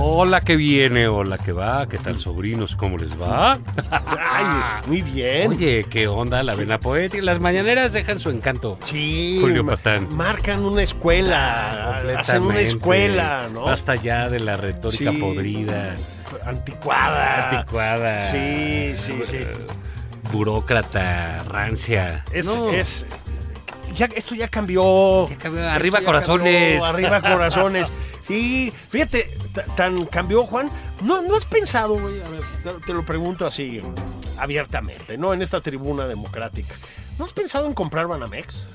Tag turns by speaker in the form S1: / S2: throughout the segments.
S1: Hola que viene, hola que va, ¿qué tal sobrinos? ¿Cómo les va? Ah.
S2: Ay, muy bien.
S1: Oye, ¿qué onda la vena poética? Las mañaneras dejan su encanto.
S2: sí,
S1: Julio
S2: ma-
S1: Patán.
S2: marcan una escuela, Ah, hacen una
S1: Completamente.
S2: escuela, ¿no?
S1: Basta ya de la retórica
S2: Sí.
S1: podrida,
S2: Anticuada.
S1: anticuada,
S2: Sí, sí, sí.
S1: burócrata, rancia.
S2: Es,
S1: No,
S2: es- ya, esto ya cambió.
S1: ya cambió.
S2: Esto
S1: Arriba
S2: ya
S1: corazones.
S2: cambió, arriba corazones. Sí, fíjate, ta- tan cambió, Juan. No, no has pensado, güey, a ver, te, te lo pregunto así abiertamente, ¿no? En esta tribuna democrática. ¿No has pensado en comprar Banamex?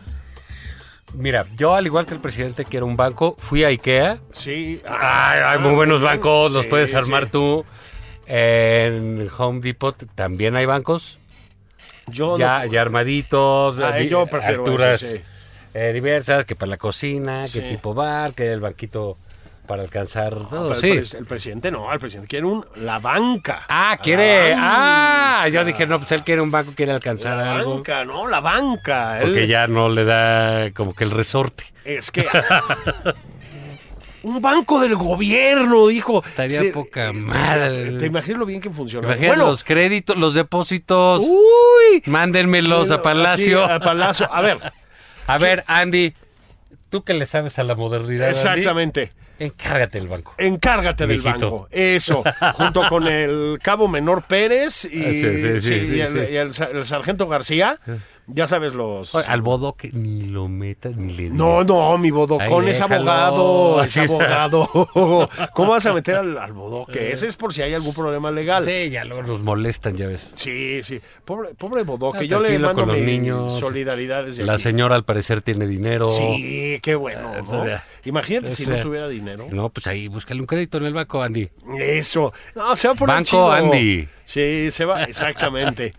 S1: Mira, yo al igual que el presidente quiero un banco, fui a Ikea.
S2: Sí.
S1: Ay, hay muy buenos bancos, los
S2: Sí,
S1: puedes armar
S2: sí.
S1: tú. En Home Depot también hay bancos.
S2: Yo no-
S1: ya, ya armaditos,
S2: Ah,
S1: di-
S2: yo prefiero
S1: alturas
S2: ese, sí.
S1: eh, diversas, que para la cocina,
S2: Sí. Ah,
S1: que tipo bar, que el banquito para alcanzar todo,
S2: Pero el
S1: sí.
S2: pres- el presidente no, el presidente quiere un la banca.
S1: Ah, quiere,
S2: La banca.
S1: ah, yo dije, no, pues él quiere un banco, quiere alcanzar
S2: La
S1: algo,
S2: banca, no, la banca. Él-
S1: porque ya no le da como que el resorte.
S2: Es que un banco del gobierno, dijo.
S1: Estaría poca
S2: eh,
S1: madre.
S2: Te imaginas lo bien que funciona.
S1: Imagínate los créditos, los depósitos,
S2: uy,
S1: mándenmelos
S2: Uh, Así,
S1: a Palacio.
S2: a Palacio. A ver,
S1: a ver, Andy, tú que le sabes a la modernidad, Andy,
S2: exactamente.
S1: encárgate el banco.
S2: Encárgate del
S1: Mijito.
S2: banco. Eso. Junto con el cabo menor Pérez y,
S1: Ah, sí, sí, sí,
S2: sí,
S1: sí,
S2: y el,
S1: sí.
S2: y el sa- el sargento García. Ya sabes los.
S1: Oye, Al bodo que ni lo metas ni le
S2: No, no, mi bodocón
S1: Ahí
S2: es
S1: déjalo.
S2: abogado, es
S1: Así es.
S2: abogado. ¿Cómo vas a meter al, al bodoque? Ese es por si hay algún problema legal. Sí,
S1: Eh. Sí, ya luego nos molestan, ya ves.
S2: sí. Pobre, pobre bodoque.
S1: Ah,
S2: Yo le
S1: tranquilo
S2: mando
S1: con los
S2: mi
S1: niños.
S2: solidaridad desde
S1: La Eh,
S2: aquí.
S1: señora al parecer tiene dinero.
S2: Sí, qué bueno, ¿no? Imagínate si no
S1: sea,
S2: tuviera dinero.
S1: No, pues ahí búscale un crédito en el banco, Andy.
S2: Eso. No, se va a poner
S1: Banco
S2: chido.
S1: Andy.
S2: Sí, se va, exactamente.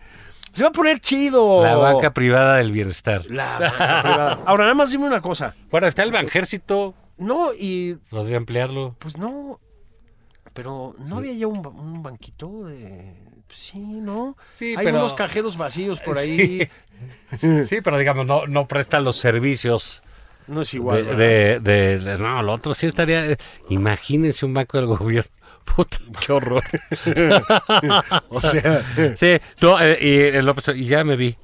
S2: se va a poner chido.
S1: La banca privada del bienestar.
S2: La banca privada. Ahora, nada más dime una cosa.
S1: Bueno, está el banjército.
S2: No, y
S1: Podría ampliarlo.
S2: Pues no. Pero no había ya un, ba- un banquito de. pues, Sí, ¿no?
S1: Sí,
S2: Hay
S1: pero-
S2: unos cajeros vacíos por ahí.
S1: Sí. Sí, pero digamos, no, no presta los servicios.
S2: No es
S1: De,
S2: igual. ¿verdad?
S1: de- de- de- no, lo otro sí estaría. eh, Imagínense un banco del gobierno. Puta.
S2: Qué horror. o sea.
S1: Sí, no, eh, y, eh, López, y ya me vi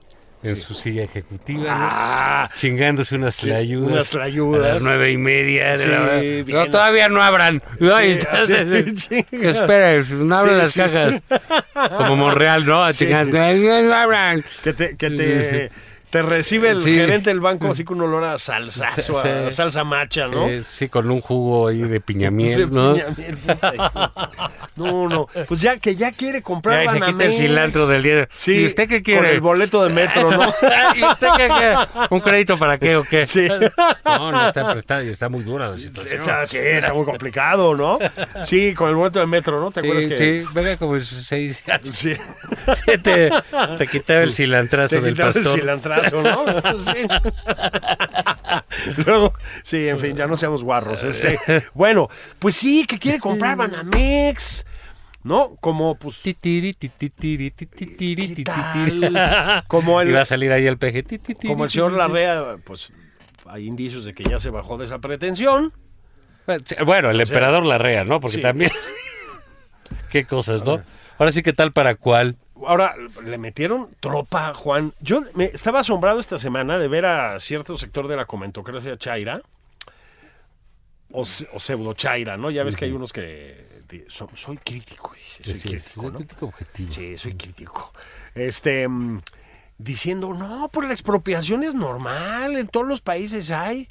S1: en su silla ejecutiva. ¿no?
S2: Ah,
S1: chingándose unas tlayudas.
S2: unas tlayudas.
S1: A las nueve y media. de
S2: Sí,
S1: la-
S2: bien.
S1: No, todavía no abran. No,
S2: Sí,
S1: entonces,
S2: así,
S1: eh,
S2: chinga.
S1: espera, no abran
S2: Sí,
S1: las
S2: sí.
S1: cajas. Como Monreal, ¿no? A
S2: Sí.
S1: chingar, "Eh, No abran.
S2: que te. Que te... Te recibe el
S1: Sí.
S2: gerente del banco así con un olor a salsazo, a
S1: Sí.
S2: salsa macha, ¿no?
S1: Eh, sí, con un jugo ahí de
S2: De
S1: piñamiel, ¿no?
S2: piña Pues miel, puta, hijo. No, no. Pues ya que ya quiere comprar
S1: Ya, y se quita el
S2: Banamex.
S1: cilantro del día.
S2: Sí.
S1: ¿Y usted qué
S2: Con
S1: quiere?
S2: el boleto de metro, ¿no?
S1: ¿Y usted qué quiere? ¿Un crédito para qué o qué?
S2: Sí.
S1: No, no está prestado y está muy dura la situación.
S2: Está, sí, está muy complicado, ¿no? Sí, con el boleto de metro, ¿no? ¿Te acuerdas
S1: Sí,
S2: que.?
S1: sí, venga como seis,
S2: Sí.
S1: te, te quitaba el cilantrazo
S2: Te
S1: del
S2: quitaba el
S1: pastor.
S2: cilantrazo, ¿no? Sí. Luego, sí, en fin, ya no seamos guarros. Este, bueno, pues sí, que quiere comprar Banamex, ¿no? Como, pues,
S1: Titiri, titiri, titiri,
S2: ¿qué
S1: titiri.
S2: tal? Como
S1: Y va a
S2: el,
S1: salir ahí el peje. ti, ti, ti,
S2: como el
S1: ti,
S2: señor
S1: ti,
S2: Larrea, pues, hay indicios de que ya se bajó de esa pretensión.
S1: ti. Bueno, el emperador Larrea, ¿no? Porque
S2: Sí.
S1: también. Qué cosas, ¿no? Ahora sí que tal para cual.
S2: Ahora, le metieron tropa, Juan. Yo me estaba asombrado esta semana de ver a cierto sector de la comentocracia chaira o, se- o pseudo chaira, ¿no? Ya ves que hay unos que di- so- soy crítico, dice, soy
S1: Sí,
S2: crítico,
S1: soy
S2: ¿no?
S1: crítico Pues, objetivo.
S2: Sí, soy crítico. Este, mm, diciendo, no, pues la expropiación es normal, en todos los países hay.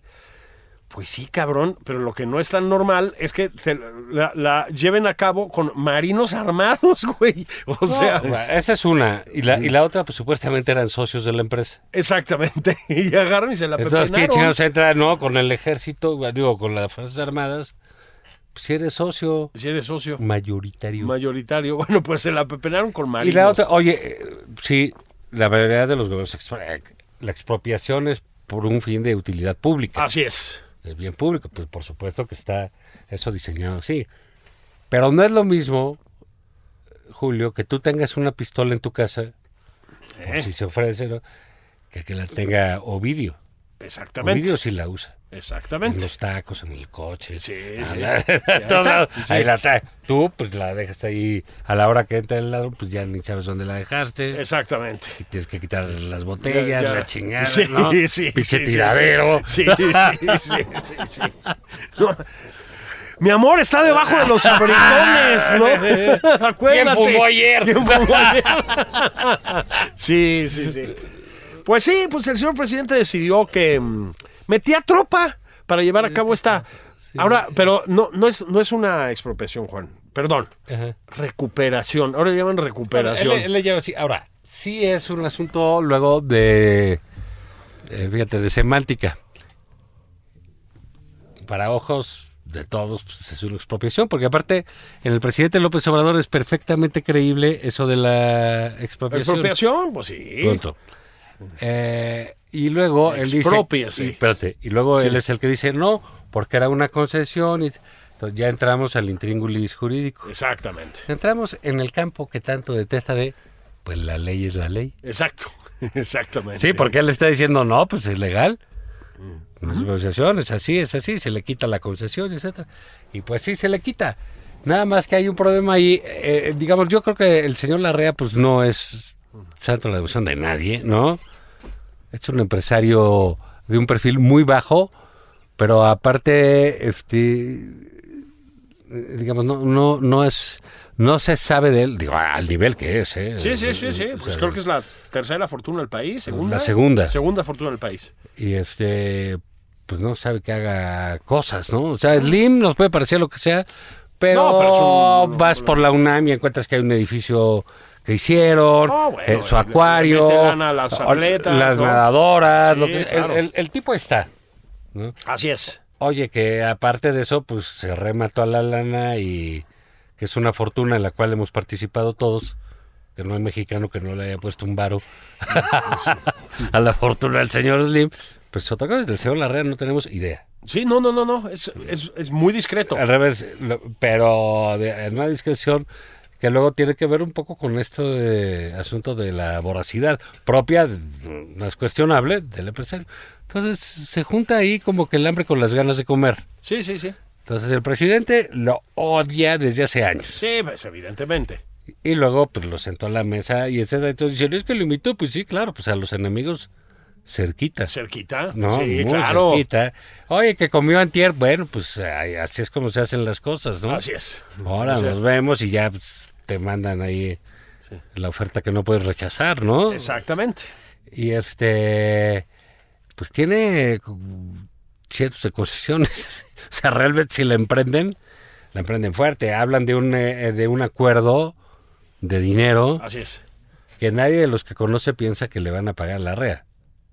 S2: Pues sí, cabrón, pero lo que no es tan normal es que te- la, la lleven a cabo con marinos armados, güey. O
S1: No,
S2: sea,
S1: bueno, esa es una. Y la, y la otra, pues supuestamente eran socios de la empresa.
S2: exactamente. Y agarran y se la
S1: Entonces, ¿qué
S2: pepinaron.
S1: chingados entra, no? Con el ejército, digo, con las Fuerzas Armadas. Pues, si eres socio
S2: Si eres socio
S1: mayoritario.
S2: mayoritario, bueno, pues se la pepinaron con
S1: y
S2: marinos.
S1: la otra, oye, eh, sí, la mayoría de los gobiernos, expro- la expropiación es por un fin de utilidad pública.
S2: Así es.
S1: el bien público, pues por supuesto que está eso diseñado así. Pero no es lo mismo, Julio, que tú tengas una pistola en tu casa, por si se ofrece, ¿no? que que la tenga Ovidio.
S2: Exactamente.
S1: Ovidio sí la usa. En
S2: Exactamente.
S1: los tacos, en el coche.
S2: Sí,
S1: Ah,
S2: sí.
S1: la-
S2: está,
S1: todos lados.
S2: sí.
S1: Ahí la trae. Tú, pues la dejas ahí a la hora que entra el ladrón, pues ya ni sabes dónde la dejaste.
S2: Exactamente.
S1: Y Tienes que quitar las botellas,
S2: Ya, ya.
S1: la chingada,
S2: Sí,
S1: ¿no?
S2: sí, sí,
S1: Pinche
S2: sí, sí,
S1: tiradero.
S2: Sí, sí, sí, sí, sí. No. Mi amor está debajo de los abricones, ¿no? Acuérdate.
S1: ¿Quién fumó ayer?
S2: ¿Quién fumó ayer? sí, sí, sí. Pues sí, pues el señor presidente decidió que mm, metía tropa para llevar a cabo esta. Ahora, pero no, no, es, no es una expropiación, Juan. Perdón.
S1: Ajá.
S2: Recuperación. Ahora le llaman recuperación.
S1: Él, él le llama así. Ahora, sí es un asunto luego de, eh, fíjate, de semántica. Para ojos de todos pues, es una expropiación, porque aparte en el presidente López Obrador es perfectamente creíble eso de la expropiación.
S2: Expropiación, pues sí.
S1: Punto. Eh, y luego él dice...
S2: Exprópiese.
S1: Y, espérate, y luego él es el que dice no, porque era una concesión. Y, entonces ya entramos al intríngulis jurídico.
S2: Exactamente.
S1: Entramos en el campo que tanto detesta de, pues la ley es la ley.
S2: Exacto. Exactamente.
S1: Sí, porque él le está diciendo, no, pues es legal. No Es negociación, es así, es así, se le quita la concesión, etcétera. Y pues sí, se le quita. Nada más que hay un problema ahí. eh, digamos, yo creo que el señor Larrea, pues no es santo la devoción de nadie, ¿no? Es un empresario de un perfil muy bajo, pero aparte, este, eh, digamos, no, no, no es, no se sabe de él, digo, al nivel que es, ¿eh?
S2: Sí, sí, sí, sí.
S1: O
S2: Pues
S1: sea,
S2: creo que es la tercera fortuna del país. Segunda,
S1: La segunda.
S2: Segunda fortuna del país.
S1: y este pues no sabe que haga cosas, ¿no? O sea, Slim nos puede parecer lo que sea, pero,
S2: No, pero es un-
S1: vas por la UNAM y encuentras que hay un edificio que hicieron,
S2: Ah, bueno,
S1: eh, su
S2: le-
S1: acuario,
S2: le meten lana a las
S1: o-
S2: atletas,
S1: las
S2: ¿no?
S1: nadadoras,
S2: Sí,
S1: lo que sea. El-
S2: claro.
S1: El, el tipo está. ¿no?
S2: Así es.
S1: Oye, que aparte de eso, pues se remató a la lana y que es una fortuna en la cual hemos participado todos, que no hay mexicano que no le haya puesto un varo a la fortuna del señor Slim. Pues otra cosa, del señor Larrea no tenemos idea.
S2: Sí, no, no, no, no. Es, es, es muy discreto.
S1: Al revés, lo- pero de, en una discreción que luego tiene que ver un poco con esto de asunto de la voracidad propia, no es cuestionable, del empresario. Entonces se junta ahí como que el hambre con las ganas de comer.
S2: Sí, sí, sí.
S1: Entonces el presidente lo odia desde hace años.
S2: Sí, pues evidentemente.
S1: Y luego pues lo sentó a la mesa y etcétera. Entonces dice, es que lo invitó, pues sí, claro, pues a los enemigos cerquitas.
S2: Cerquita.
S1: No,
S2: sí,
S1: muy
S2: claro.
S1: cerquita. Oye, que comió antier, bueno, pues ay, así es como se hacen las cosas, ¿no?
S2: Así es.
S1: Ahora
S2: O sea,
S1: nos vemos y ya pues, te mandan ahí la oferta que no puedes rechazar, ¿no?
S2: Exactamente.
S1: Y este, pues tiene cientos de concesiones. o sea, realmente si la emprenden, la emprenden fuerte. Hablan de un, eh, de un acuerdo de dinero
S2: Así es.
S1: que nadie de los que conoce piensa que le van a pagar la REA.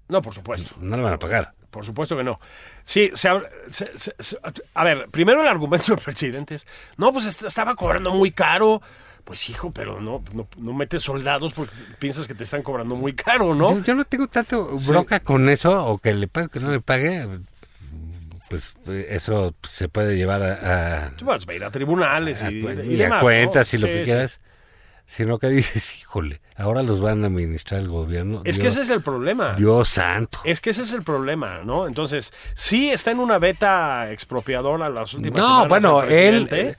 S2: No, por supuesto.
S1: No le van a pagar.
S2: Por supuesto que no. Sí, se habla- se- se- se- a ver, primero el argumento del presidente es, no, pues est- estaba cobrando muy caro. Pues hijo, pero no, no, no metes soldados porque piensas que te están cobrando muy caro,
S1: Yo,
S2: ¿no?
S1: yo no tengo tanto broca con eso, o que le pague o que no le pague. Pues eh, eso se puede llevar a, a-
S2: Tú vas a ir a tribunales y,
S1: a cu-
S2: y
S1: Ah, pues, y a
S2: demás, ¿no?
S1: cuentas y lo
S2: Sí,
S1: que
S2: sí.
S1: quieras. Sino que dices, híjole, ahora los van a administrar el gobierno.
S2: Es que
S1: Dios-
S2: ese es el problema.
S1: Dios santo.
S2: Es que ese es el problema, ¿no? Entonces, sí está en una beta expropiadora las últimas
S1: No,
S2: semanas
S1: bueno,
S2: el
S1: él. eh,
S2: presidente,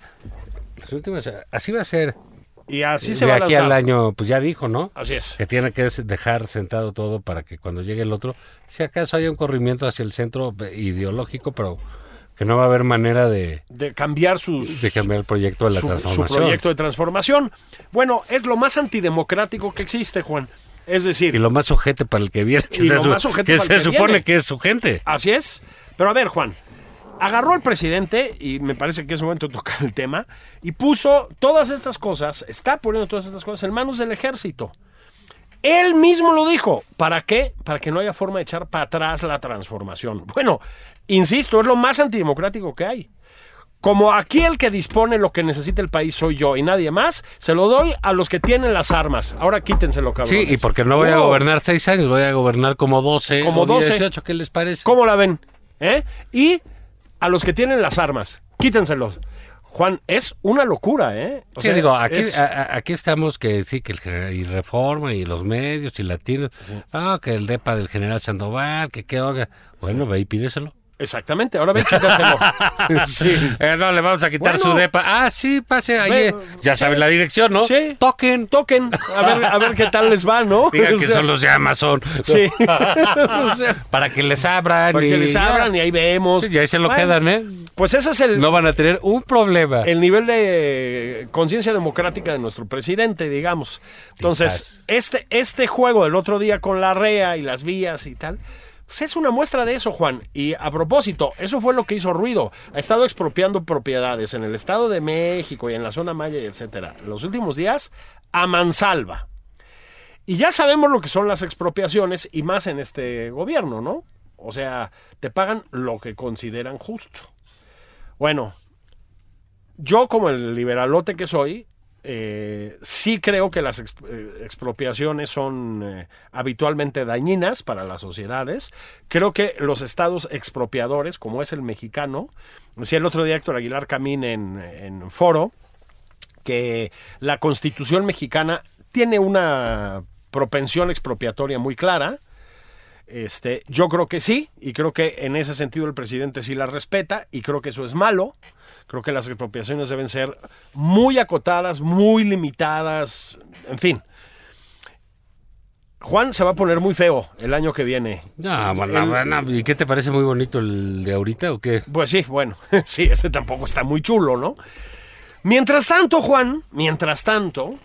S1: las últimas- así va a ser.
S2: y así
S1: de
S2: se va a
S1: aquí
S2: lanzar. Ah,
S1: al año, pues ya dijo, ¿no?
S2: Así es.
S1: Que tiene que se- dejar sentado todo para que cuando llegue el otro, si acaso haya un corrimiento hacia el centro eh, ideológico, pero que no va a haber manera de,
S2: de cambiar sus
S1: de cambiar el proyecto de la
S2: su, su
S1: transformación.
S2: proyecto de transformación. Bueno, es lo más antidemocrático que existe, Juan. Es decir,
S1: Y lo más ojete para el que viene, que
S2: Y
S1: se,
S2: lo
S1: su-
S2: más ojete
S1: que
S2: para el
S1: se
S2: que
S1: supone
S2: viene.
S1: que es su gente.
S2: Así es. Pero a ver, Juan, agarró el presidente, y me parece que es momento de tocar el tema, y puso todas estas cosas, está poniendo todas estas cosas en manos del ejército. Él mismo lo dijo. ¿Para qué? Para que no haya forma de echar para atrás la transformación. Bueno, insisto, es lo más antidemocrático que hay. Como aquí el que dispone lo que necesita el país soy yo y nadie más, se lo doy a los que tienen las armas. Ahora quítenselo, cabrón.
S1: Sí, y porque no voy a gobernar seis años, voy a gobernar como 12
S2: Como
S1: o
S2: 12.
S1: 18, ¿qué les parece?
S2: ¿Cómo la ven? ¿Eh? Y a los que tienen las armas, quítenselos. Juan, es una locura, ¿eh? O
S1: Sí,
S2: sea,
S1: digo, aquí,
S2: es-
S1: a- a- aquí estamos que sí, que el general, y Reforma, y los medios, y Latinos, ah, que el depa del general Sandoval, que qué haga. Bueno, ve y pídeselo.
S2: Exactamente, ahora ven, quítenselo. sí.
S1: Eh, no, le vamos a quitar
S2: Bueno.
S1: su depa. Ah, sí, pase ahí.
S2: Bueno,
S1: Ya saben la dirección, ¿no?
S2: Sí.
S1: Toquen.
S2: Toquen, a ver, a ver qué tal les va,
S1: Digan
S2: ¿no? O
S1: que
S2: sea,
S1: son los de Amazon.
S2: Sí. O sea,
S1: Para que les abran.
S2: para
S1: y,
S2: que les abran y ahí vemos.
S1: Sí, y ahí se lo
S2: Bueno,
S1: quedan, ¿eh?
S2: Pues ese es el,
S1: No van a tener un problema.
S2: el nivel de conciencia democrática de nuestro presidente, digamos. Entonces,
S1: Quizás.
S2: este, este juego del otro día con la REA y las vías y tal, pues es una muestra de eso, Juan. Y a propósito, eso fue lo que hizo ruido. Ha estado expropiando propiedades en el Estado de México y en la zona Maya, y etcétera. Los últimos días, a mansalva. Y ya sabemos lo que son las expropiaciones y más en este gobierno, ¿no? O sea, te pagan lo que consideran justo. Bueno, yo como el liberalote que soy, eh, sí creo que las exp- eh, expropiaciones son eh, habitualmente dañinas para las sociedades. Creo que los estados expropiadores, como es el mexicano, decía el otro día Héctor Aguilar Camín en, en foro, que la constitución mexicana tiene una propensión expropiatoria muy clara. Este, yo creo que sí, y creo que en ese sentido el presidente sí la respeta, y creo que eso es malo. Creo que las expropiaciones deben ser muy acotadas, muy limitadas, en fin. Juan se va a poner muy feo el año que viene.
S1: No, bueno, bueno, ¿y qué te parece muy bonito el de ahorita o qué?
S2: Pues sí, bueno, sí, este tampoco está muy chulo, ¿no? Mientras tanto, Juan, mientras tanto,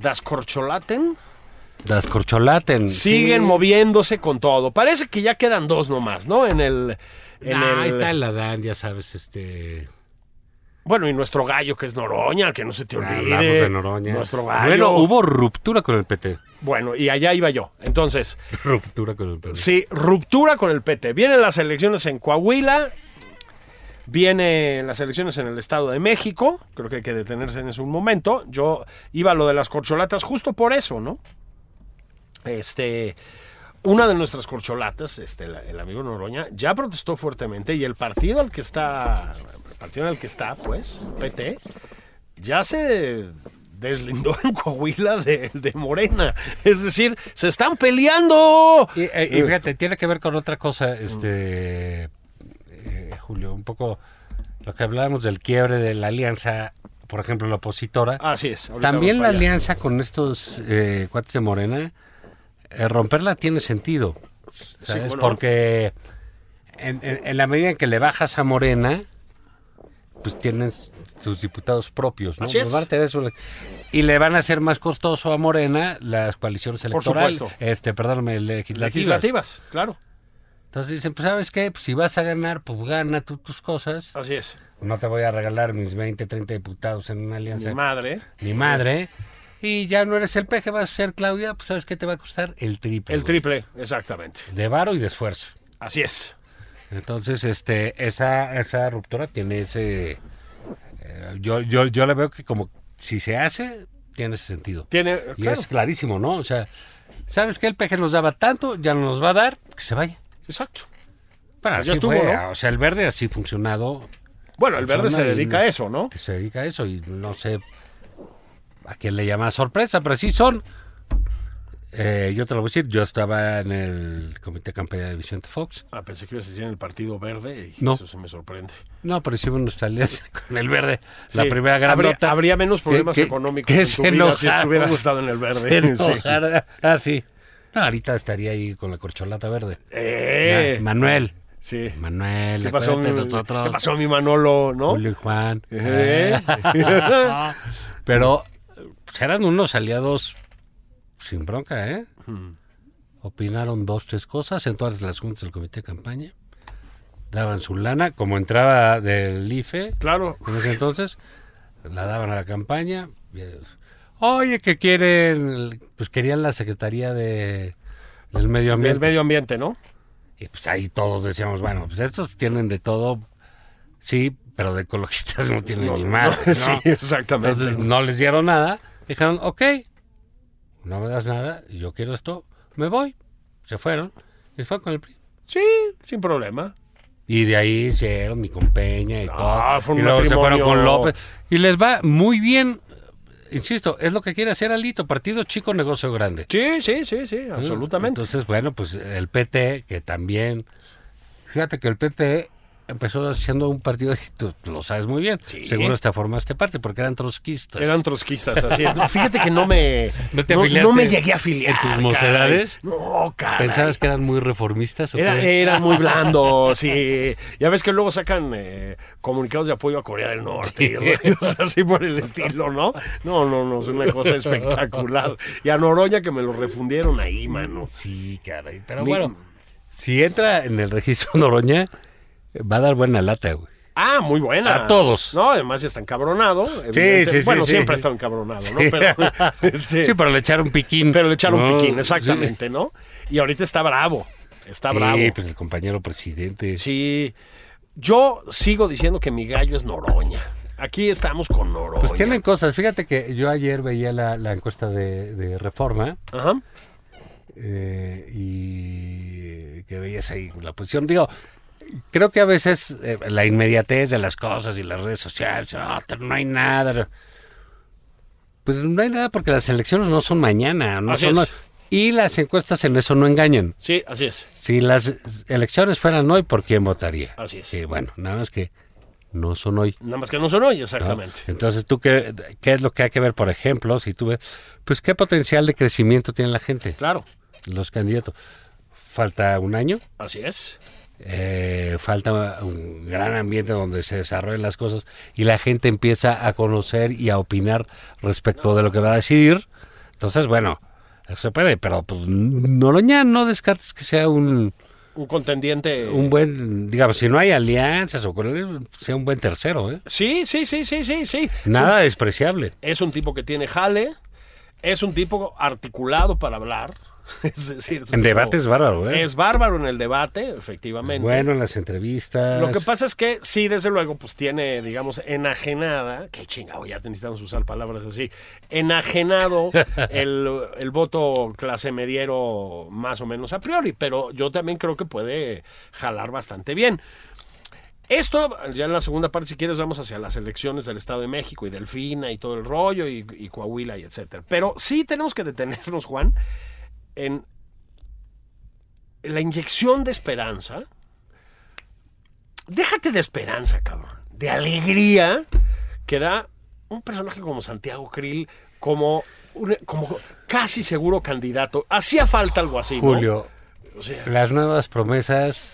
S2: Das Korcholaten
S1: Las corcholaten.
S2: siguen moviéndose con todo. Parece que ya quedan dos nomás, ¿no? En el. en
S1: Nah,
S2: el-
S1: Ah, Ahí está el Adán, ya sabes, este.
S2: Bueno, y nuestro gallo que es Noroña, que no se te olvide.
S1: Hablamos ah, de Noroña.
S2: Nuestro gallo.
S1: Bueno, hubo ruptura con el PT.
S2: Bueno, y allá iba yo. Entonces,
S1: Ruptura con el PT.
S2: Sí, ruptura con el PT. Vienen las elecciones en Coahuila, vienen las elecciones en el Estado de México. Creo que hay que detenerse en ese un momento. Yo iba a lo de las corcholatas justo por eso, ¿no? Este. Una de nuestras corcholatas, este, la- el amigo Noroña, ya protestó fuertemente y el partido al que está, el partido en el que está, pues, el PT, ya se deslindó en Coahuila de, de Morena. Es decir, se están peleando.
S1: Y, eh, y fíjate, tiene que ver con otra cosa, este eh, Julio, un poco lo que hablábamos del quiebre de la alianza, por ejemplo, la opositora.
S2: Así es. ahorita
S1: También
S2: vamos
S1: la
S2: para allá.
S1: alianza con estos eh, cuates de Morena, eh, romperla tiene sentido. ¿sabes?
S2: cómo no.
S1: Porque en, en- en la medida en que le bajas a Morena, pues tienen sus diputados propios, ¿no?
S2: Así es.
S1: Pues van a tener su- Y le van a hacer más costoso a Morena las coaliciones electorales.
S2: supuesto.
S1: Este, perdóname, legislativas.
S2: Legislativas, claro.
S1: Entonces dicen, pues ¿sabes qué? Pues si vas a ganar, pues gana tú tus cosas.
S2: Así es.
S1: No te voy a regalar mis 20, 30 diputados en una
S2: Mi
S1: alianza
S2: madre.
S1: ni madre. Y ya no eres el peje, vas a ser Claudia, pues sabes qué te va a costar el triple.
S2: El
S1: güey.
S2: triple, exactamente.
S1: De varo y de esfuerzo.
S2: Así es.
S1: Entonces, este, esa, esa ruptura tiene ese. eh, yo, yo, yo la veo que como si se hace, tiene ese sentido.
S2: Tiene.
S1: y
S2: claro,
S1: es clarísimo, ¿no? O sea, ¿sabes qué? El peje nos daba tanto, ya no nos va a dar, que se vaya.
S2: Exacto.
S1: Pero
S2: Pues
S1: así
S2: ya estuvo,
S1: fue,
S2: ¿no?
S1: O sea, el verde así funcionado,
S2: Bueno, el verde se
S1: Funciona pues y-
S2: dedica a eso, ¿no?
S1: que se dedica a eso, y no sé a quién le llama sorpresa, pero sí son. Eh, yo te lo voy a decir, yo estaba en el comité de campaña de Vicente Fox.
S2: Ah, pensé que ibas a decir en el partido verde y
S1: No.
S2: eso se me sorprende.
S1: No, pero hicimos nuestra alianza con el verde. La
S2: Sí,
S1: primera gran
S2: habría, habría menos problemas
S1: que-
S2: económicos
S1: que
S2: en tu
S1: se
S2: vida si
S1: enojara.
S2: estuvieras estado en el verde. Sí.
S1: Ah, sí. No, ahorita estaría ahí con la corcholata verde.
S2: Eh,
S1: Ya, Manuel,
S2: Sí.
S1: Manuel,
S2: ¿Qué pasó,
S1: acuérdate
S2: mi,
S1: de nosotros.
S2: qué pasó mi Manolo, no?
S1: Julio y Juan. Ah.
S2: Eh.
S1: Pero pues, eran unos aliados sin bronca, ¿eh? Opinaron dos, tres cosas en todas las juntas del comité de campaña. Daban su lana, como entraba del IFE
S2: claro.
S1: en ese entonces, la daban a la campaña. y, eh, Oye, que quieren, pues querían la Secretaría de, del Medio Ambiente.
S2: El medio ambiente, ¿no?
S1: Y pues ahí todos decíamos, bueno, pues estos tienen de todo, sí, pero de ecologistas no tienen ni madre. ¿no?
S2: Sí, exactamente.
S1: Entonces no les dieron nada. Dijeron, ok, no me das nada, yo quiero esto, me voy. Se fueron y fue con el PRI.
S2: sí, sin problema.
S1: Y de ahí hicieron y con Peña y todo.
S2: Ah, fue un
S1: y luego se
S2: matrimonio.
S1: fueron con López. Y les va muy bien. Insisto, es lo que quiere hacer Alito, partido chico, negocio grande. ¿Mm?
S2: Sí, sí, sí,
S1: Ah,
S2: sí, absolutamente.
S1: Entonces, bueno, pues el PT, que también. Fíjate que el PP empezó siendo un partido, y tú lo sabes muy bien,
S2: Sí.
S1: seguro hasta formaste parte, porque eran trotskistas.
S2: Eran trotskistas, así es. No, fíjate que no me.
S1: ¿No te
S2: no,
S1: afiliaste
S2: no me llegué a afiliar.
S1: en tus
S2: caray.
S1: mocedades?
S2: No, Ah, caray.
S1: ¿Pensabas que eran muy reformistas o
S2: Era- eh,
S1: qué?
S2: eran muy blandos, sí. Ya ves que luego sacan eh, comunicados de apoyo a Corea del Norte, y rollos así por el estilo, ¿no? No, no, no, es una cosa espectacular. Y a Noroña que me lo refundieron ahí, mano.
S1: Sí, caray. Pero
S2: Mi-
S1: bueno, si entra en el registro Noroña, va a dar buena lata, güey.
S2: Ah, muy buena.
S1: A todos.
S2: No, además ya está encabronado.
S1: Sí, sí, sí,
S2: Bueno,
S1: sí.
S2: siempre ha estado encabronado, ¿no?
S1: Sí.
S2: Pero, este,
S1: Sí, pero le echaron piquín.
S2: pero le echaron
S1: No,
S2: piquín, exactamente, ¿no? Y ahorita está bravo. Está
S1: Sí,
S2: bravo.
S1: Sí, pues el compañero presidente.
S2: Sí. Yo sigo diciendo que mi gallo es Noroña. Aquí estamos con Noroña.
S1: Pues tienen cosas. Fíjate que yo ayer veía la, la encuesta de, de Reforma
S2: Ajá.
S1: eh, y que veías ahí la posición. Digo, creo que a veces eh, la inmediatez de las cosas y las redes sociales, "Ah, no hay nada. Pues no hay nada porque las elecciones no son mañana, no
S2: Así
S1: son
S2: es.
S1: hoy. Y las encuestas en eso no engañan.
S2: Sí, así es.
S1: Si las elecciones fueran hoy, ¿por quién votaría?
S2: Así es.
S1: Sí, bueno, nada más que no son hoy.
S2: Nada más que no son hoy,
S1: ¿no?
S2: exactamente.
S1: Entonces, ¿tú qué, qué es lo que hay que ver, por ejemplo, si tú ves, pues qué potencial de crecimiento tiene la gente,
S2: Claro,
S1: los candidatos? Falta un año,
S2: así es.
S1: eh, falta un gran ambiente donde se desarrollen las cosas y la gente empieza a conocer y a opinar respecto de lo que va a decidir. Entonces, bueno, eso se puede, pero pues, Noroña no descartes que sea un,
S2: Un contendiente.
S1: un buen, digamos, si no hay alianzas o con él, sea un buen tercero, ¿eh?
S2: Sí, sí, sí, sí, sí, sí.
S1: Nada despreciable.
S2: Es un tipo que tiene jale, es un tipo articulado para hablar. Es decir, es un
S1: En
S2: tipo-
S1: debate es bárbaro, ¿eh?
S2: Es bárbaro en el debate, efectivamente.
S1: Bueno, en las entrevistas.
S2: Lo que pasa es que sí, desde luego, pues tiene, digamos, enajenada, que chingado, ya necesitamos usar palabras así, enajenado el, el voto clase mediero más o menos a priori, pero yo también creo que puede jalar bastante bien. Esto, ya en la segunda parte, si quieres, vamos hacia las elecciones del Estado de México y Delfina y todo el rollo y, y Coahuila y etcétera. Pero sí tenemos que detenernos, Juan, en la inyección de esperanza. Déjate de esperanza, cabrón. De alegría que da un personaje como Santiago Krill, como, un- como casi seguro candidato. Hacía falta algo así, ¿no?
S1: Julio,
S2: O sea,
S1: las nuevas promesas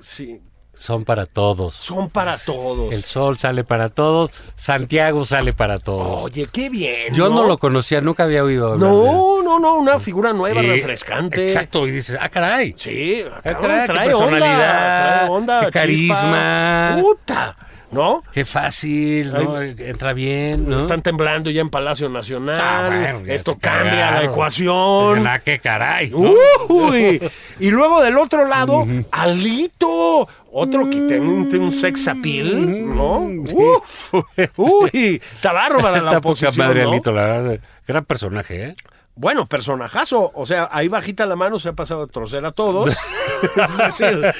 S2: sí,
S1: son para todos.
S2: son para todos.
S1: El sol sale para todos, Santiago sale para todos.
S2: Oye, qué bien.
S1: Yo no lo conocía, nunca había oído hablar de él.
S2: Oh, No, no, no, una figura nueva,
S1: Y-
S2: refrescante.
S1: Exacto, y dices, ah, caray.
S2: Sí,
S1: Ah,
S2: cabrón,
S1: caray, qué
S2: trae
S1: personalidad,
S2: onda, trae onda,
S1: qué carisma.
S2: chispa. Puta, ¿no?
S1: Qué fácil, ¿no? Entra bien, ¿no?
S2: Están temblando ya en Palacio Nacional.
S1: Ah, bueno, ya
S2: Esto
S1: se
S2: cambia la
S1: cagaron.
S2: ecuación.
S1: Ah, qué caray. ¿no?
S2: Uy, y luego del otro lado, Alito,
S1: Mm.
S2: otro que tiene un, tiene un sex appeal, ¿no? Uf, uy, está bárbara la
S1: Está poca
S2: oposición,
S1: madre,
S2: ¿no?
S1: Alito, la verdad. Gran personaje, ¿eh?
S2: Bueno, personajazo. O sea, ahí bajita la mano se ha pasado a trocer a todos. es decir,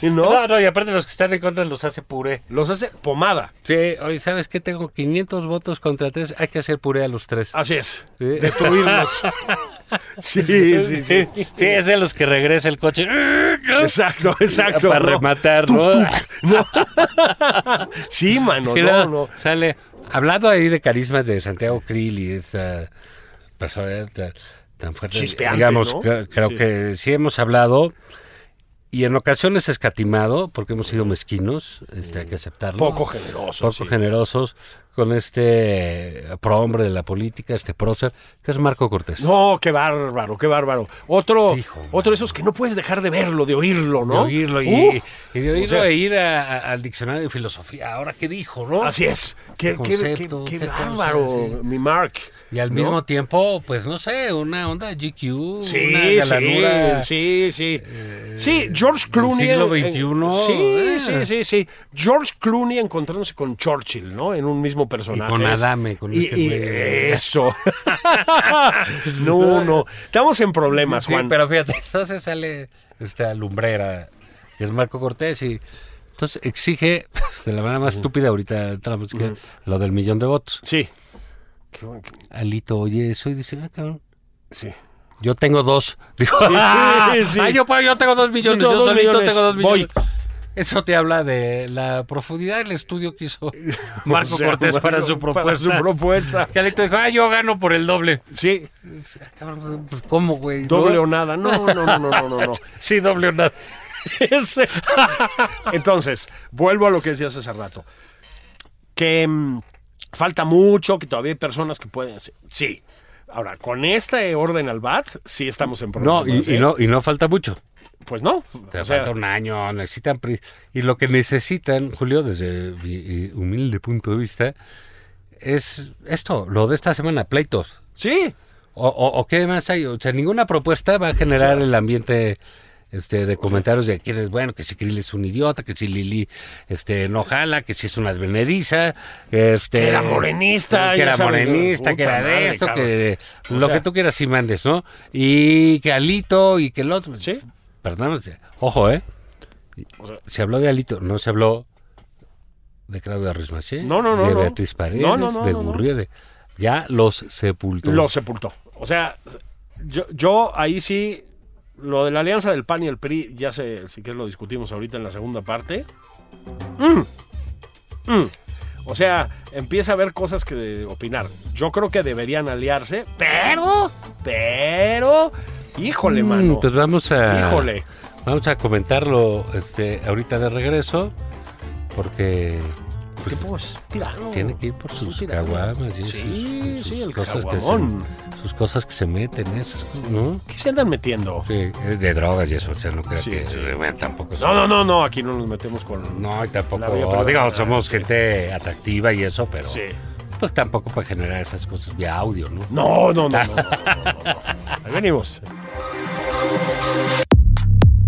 S2: ¿no?
S1: No, no, y aparte los que están en contra los hace puré.
S2: Los hace pomada.
S1: Sí, hoy sabes que tengo 500 votos contra 3, hay que hacer puré a los 3.
S2: Así es.
S1: Sí.
S2: Destruirlos. sí, sí, sí.
S1: Sí, es de los que regresa el coche.
S2: Exacto, exacto.
S1: Para
S2: ¿no?
S1: rematar, ¿no? Ah,
S2: No. sí, mano,
S1: Y
S2: no,
S1: luego
S2: no.
S1: Sale, hablando ahí de carismas de Santiago Krill y esa personalidad tan, tan fuerte.
S2: Chispeante,
S1: digamos,
S2: ¿no?
S1: que- creo
S2: Sí.
S1: que sí hemos hablado y en ocasiones escatimado, porque hemos sido mezquinos, este, hay que aceptarlo.
S2: Poco generoso.
S1: poco
S2: sí.
S1: generosos con este prohombre de la política, este prócer, que es Marco Cortés.
S2: No, qué bárbaro, qué bárbaro. Otro,
S1: Hijo,
S2: otro de esos que no puedes dejar de verlo, de oírlo,
S1: De
S2: ¿no?
S1: oírlo y,
S2: Uh,
S1: y de oírlo
S2: o sea-
S1: e ir a- a- al diccionario de filosofía. Ahora, ¿qué dijo, no?
S2: así es. Qué, qué- qué-
S1: Concepto,
S2: qué
S1: qué cosa,
S2: bárbaro,
S1: sí.
S2: mi Mark.
S1: Y al
S2: ¿no?
S1: mismo tiempo, pues no sé, una onda GQ, una
S2: Sí,
S1: galanura. eh,
S2: sí, sí, sí. sí, George Clooney.
S1: siglo
S2: en- en-
S1: XXI,
S2: sí,
S1: eh.
S2: sí, sí, sí. George Clooney encontrándose con Churchill, ¿no? En un mismo personaje.
S1: con Adame, con
S2: Y-
S1: este
S2: y
S1: güey.
S2: Eso. no, no. Estamos en problemas,
S1: Sí,
S2: Juan.
S1: pero fíjate, entonces sale esta lumbrera, que es Marco Cortés, y entonces exige, pues, de la manera más estúpida ahorita, Trump, es que lo del millón de votos.
S2: Sí. Qué bueno que-
S1: Alito oye eso y dice, ah, cabrón.
S2: Sí.
S1: Yo tengo dos. Dijo,
S2: Sí,
S1: "Ah,
S2: sí.
S1: ah, yo, yo tengo dos millones.
S2: Yo
S1: Yo,
S2: tengo dos
S1: solito
S2: millones.
S1: tengo dos
S2: Voy.
S1: millones. Eso te habla de la profundidad del estudio que hizo Marco
S2: O sea,
S1: Cortés para
S2: Marco,
S1: su propuesta.
S2: Para su propuesta.
S1: Que Alito dijo, ah, yo gano por el doble.
S2: Sí,
S1: Ah, cabrón, pues, ¿Cómo, güey?
S2: doble
S1: ¿No?
S2: o nada. No, no, no, no, no, no. no.
S1: Sí, doble o nada.
S2: Ese- Entonces, vuelvo a lo que decías hace rato. Que mm, falta mucho, que todavía hay personas que pueden hacer. Sí. Ahora, con este orden al BAT, sí estamos en problemas.
S1: No y, y
S2: ¿eh?
S1: no, y no falta mucho.
S2: Pues no.
S1: Te
S2: o sea,
S1: falta un año, necesitan... pri- Y lo que necesitan, Julio, desde mi eh, humilde punto de vista, es esto, lo de esta semana, pleitos.
S2: sí.
S1: O, o- o qué más hay? O sea, ninguna propuesta va a generar el ambiente este, de comentarios de quién es bueno, que si Krill es un idiota, que si Lili este, no jala, que si es una advenediza. Este,
S2: Que era morenista,
S1: Que
S2: ya
S1: era
S2: sabes,
S1: morenista,
S2: puta
S1: que era
S2: madre,
S1: de esto,
S2: cabrón.
S1: que
S2: O
S1: lo
S2: sea-
S1: que tú quieras y mandes, ¿no? Y que Alito y que el otro.
S2: Sí.
S1: Perdón, ojo, ¿eh?
S2: O sea-
S1: Se habló de Alito, no se habló de Claudia Rismaché,
S2: No, no, no,
S1: de
S2: no.
S1: Beatriz Paredes,
S2: No, no, no,
S1: de
S2: no, no.
S1: Gurriede. Ya los sepultó.
S2: Lo sepultó. O sea, yo, yo ahí sí, lo de la alianza del PAN y el PRI, ya sé, si quieres lo discutimos ahorita en la segunda parte. Mm. Mm. O sea, empieza a haber cosas que de- opinar. Yo creo que deberían aliarse, pero, pero, híjole,
S1: Mm,
S2: mano.
S1: Entonces vamos a.
S2: Híjole.
S1: Vamos a comentarlo este, ahorita de regreso, porque
S2: ¿Qué pues? Tirano.
S1: tiene que ir por
S2: Es
S1: sus
S2: un tirano.
S1: caguamas. y
S2: Sí,
S1: sus- sus-
S2: sí,
S1: sus
S2: el
S1: que
S2: caguamón.
S1: se, sus cosas que se meten, esas cosas, ¿no?
S2: ¿Qué se andan metiendo?
S1: Sí, eh, de drogas y eso, o sea, no creo
S2: Sí,
S1: que.
S2: sí.
S1: bueno, tampoco.
S2: No, no, no, no, aquí no nos metemos con...
S1: No, y
S2: La vida privada.
S1: tampoco. Digo, somos gente atractiva y eso, pero.
S2: Sí.
S1: Pues tampoco para generar esas cosas de audio, ¿no?
S2: No, no, no, no, no, no, no, no. Ahí venimos.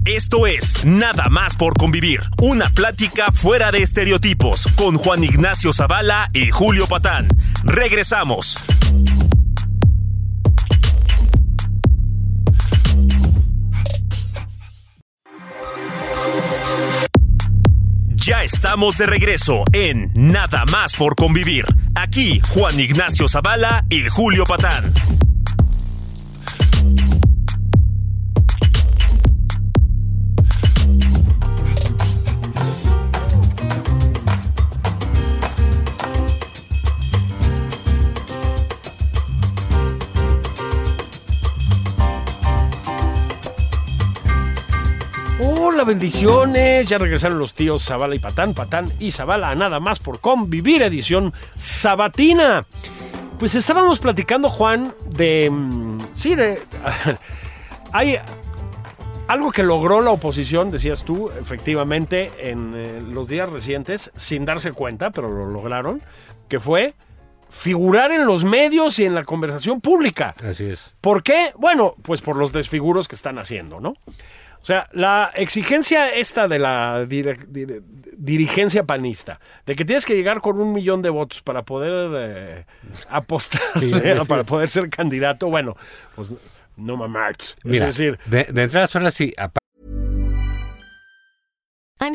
S3: Esto es Nada más por convivir, una plática fuera de estereotipos con Juan Ignacio Zavala y Julio Patán. Regresamos. Ya estamos de regreso en Nada más por convivir. Aquí Juan Ignacio Zavala y Julio Patán.
S2: Hola, bendiciones. Ya regresaron los tíos Zavala y Patán, Patán y Zavala a nada más por convivir, edición sabatina. Pues estábamos platicando, Juan, de. mm, Sí, de. Hay algo que logró la oposición, decías tú, efectivamente, en eh, los días recientes, sin darse cuenta, pero lo lograron, que fue figurar en los medios y en la conversación pública.
S1: Así es.
S2: ¿Por qué? Bueno, pues por los desfiguros que están haciendo, ¿no? O sea, la exigencia esta de la dire- dire- dirigencia panista, de que tienes que llegar con un millón de votos para poder eh, apostar, ¿no? para poder ser candidato, bueno, pues no mamarts.
S1: Mira,
S2: es decir,
S1: de, de entrada son así, apa-
S4: I'm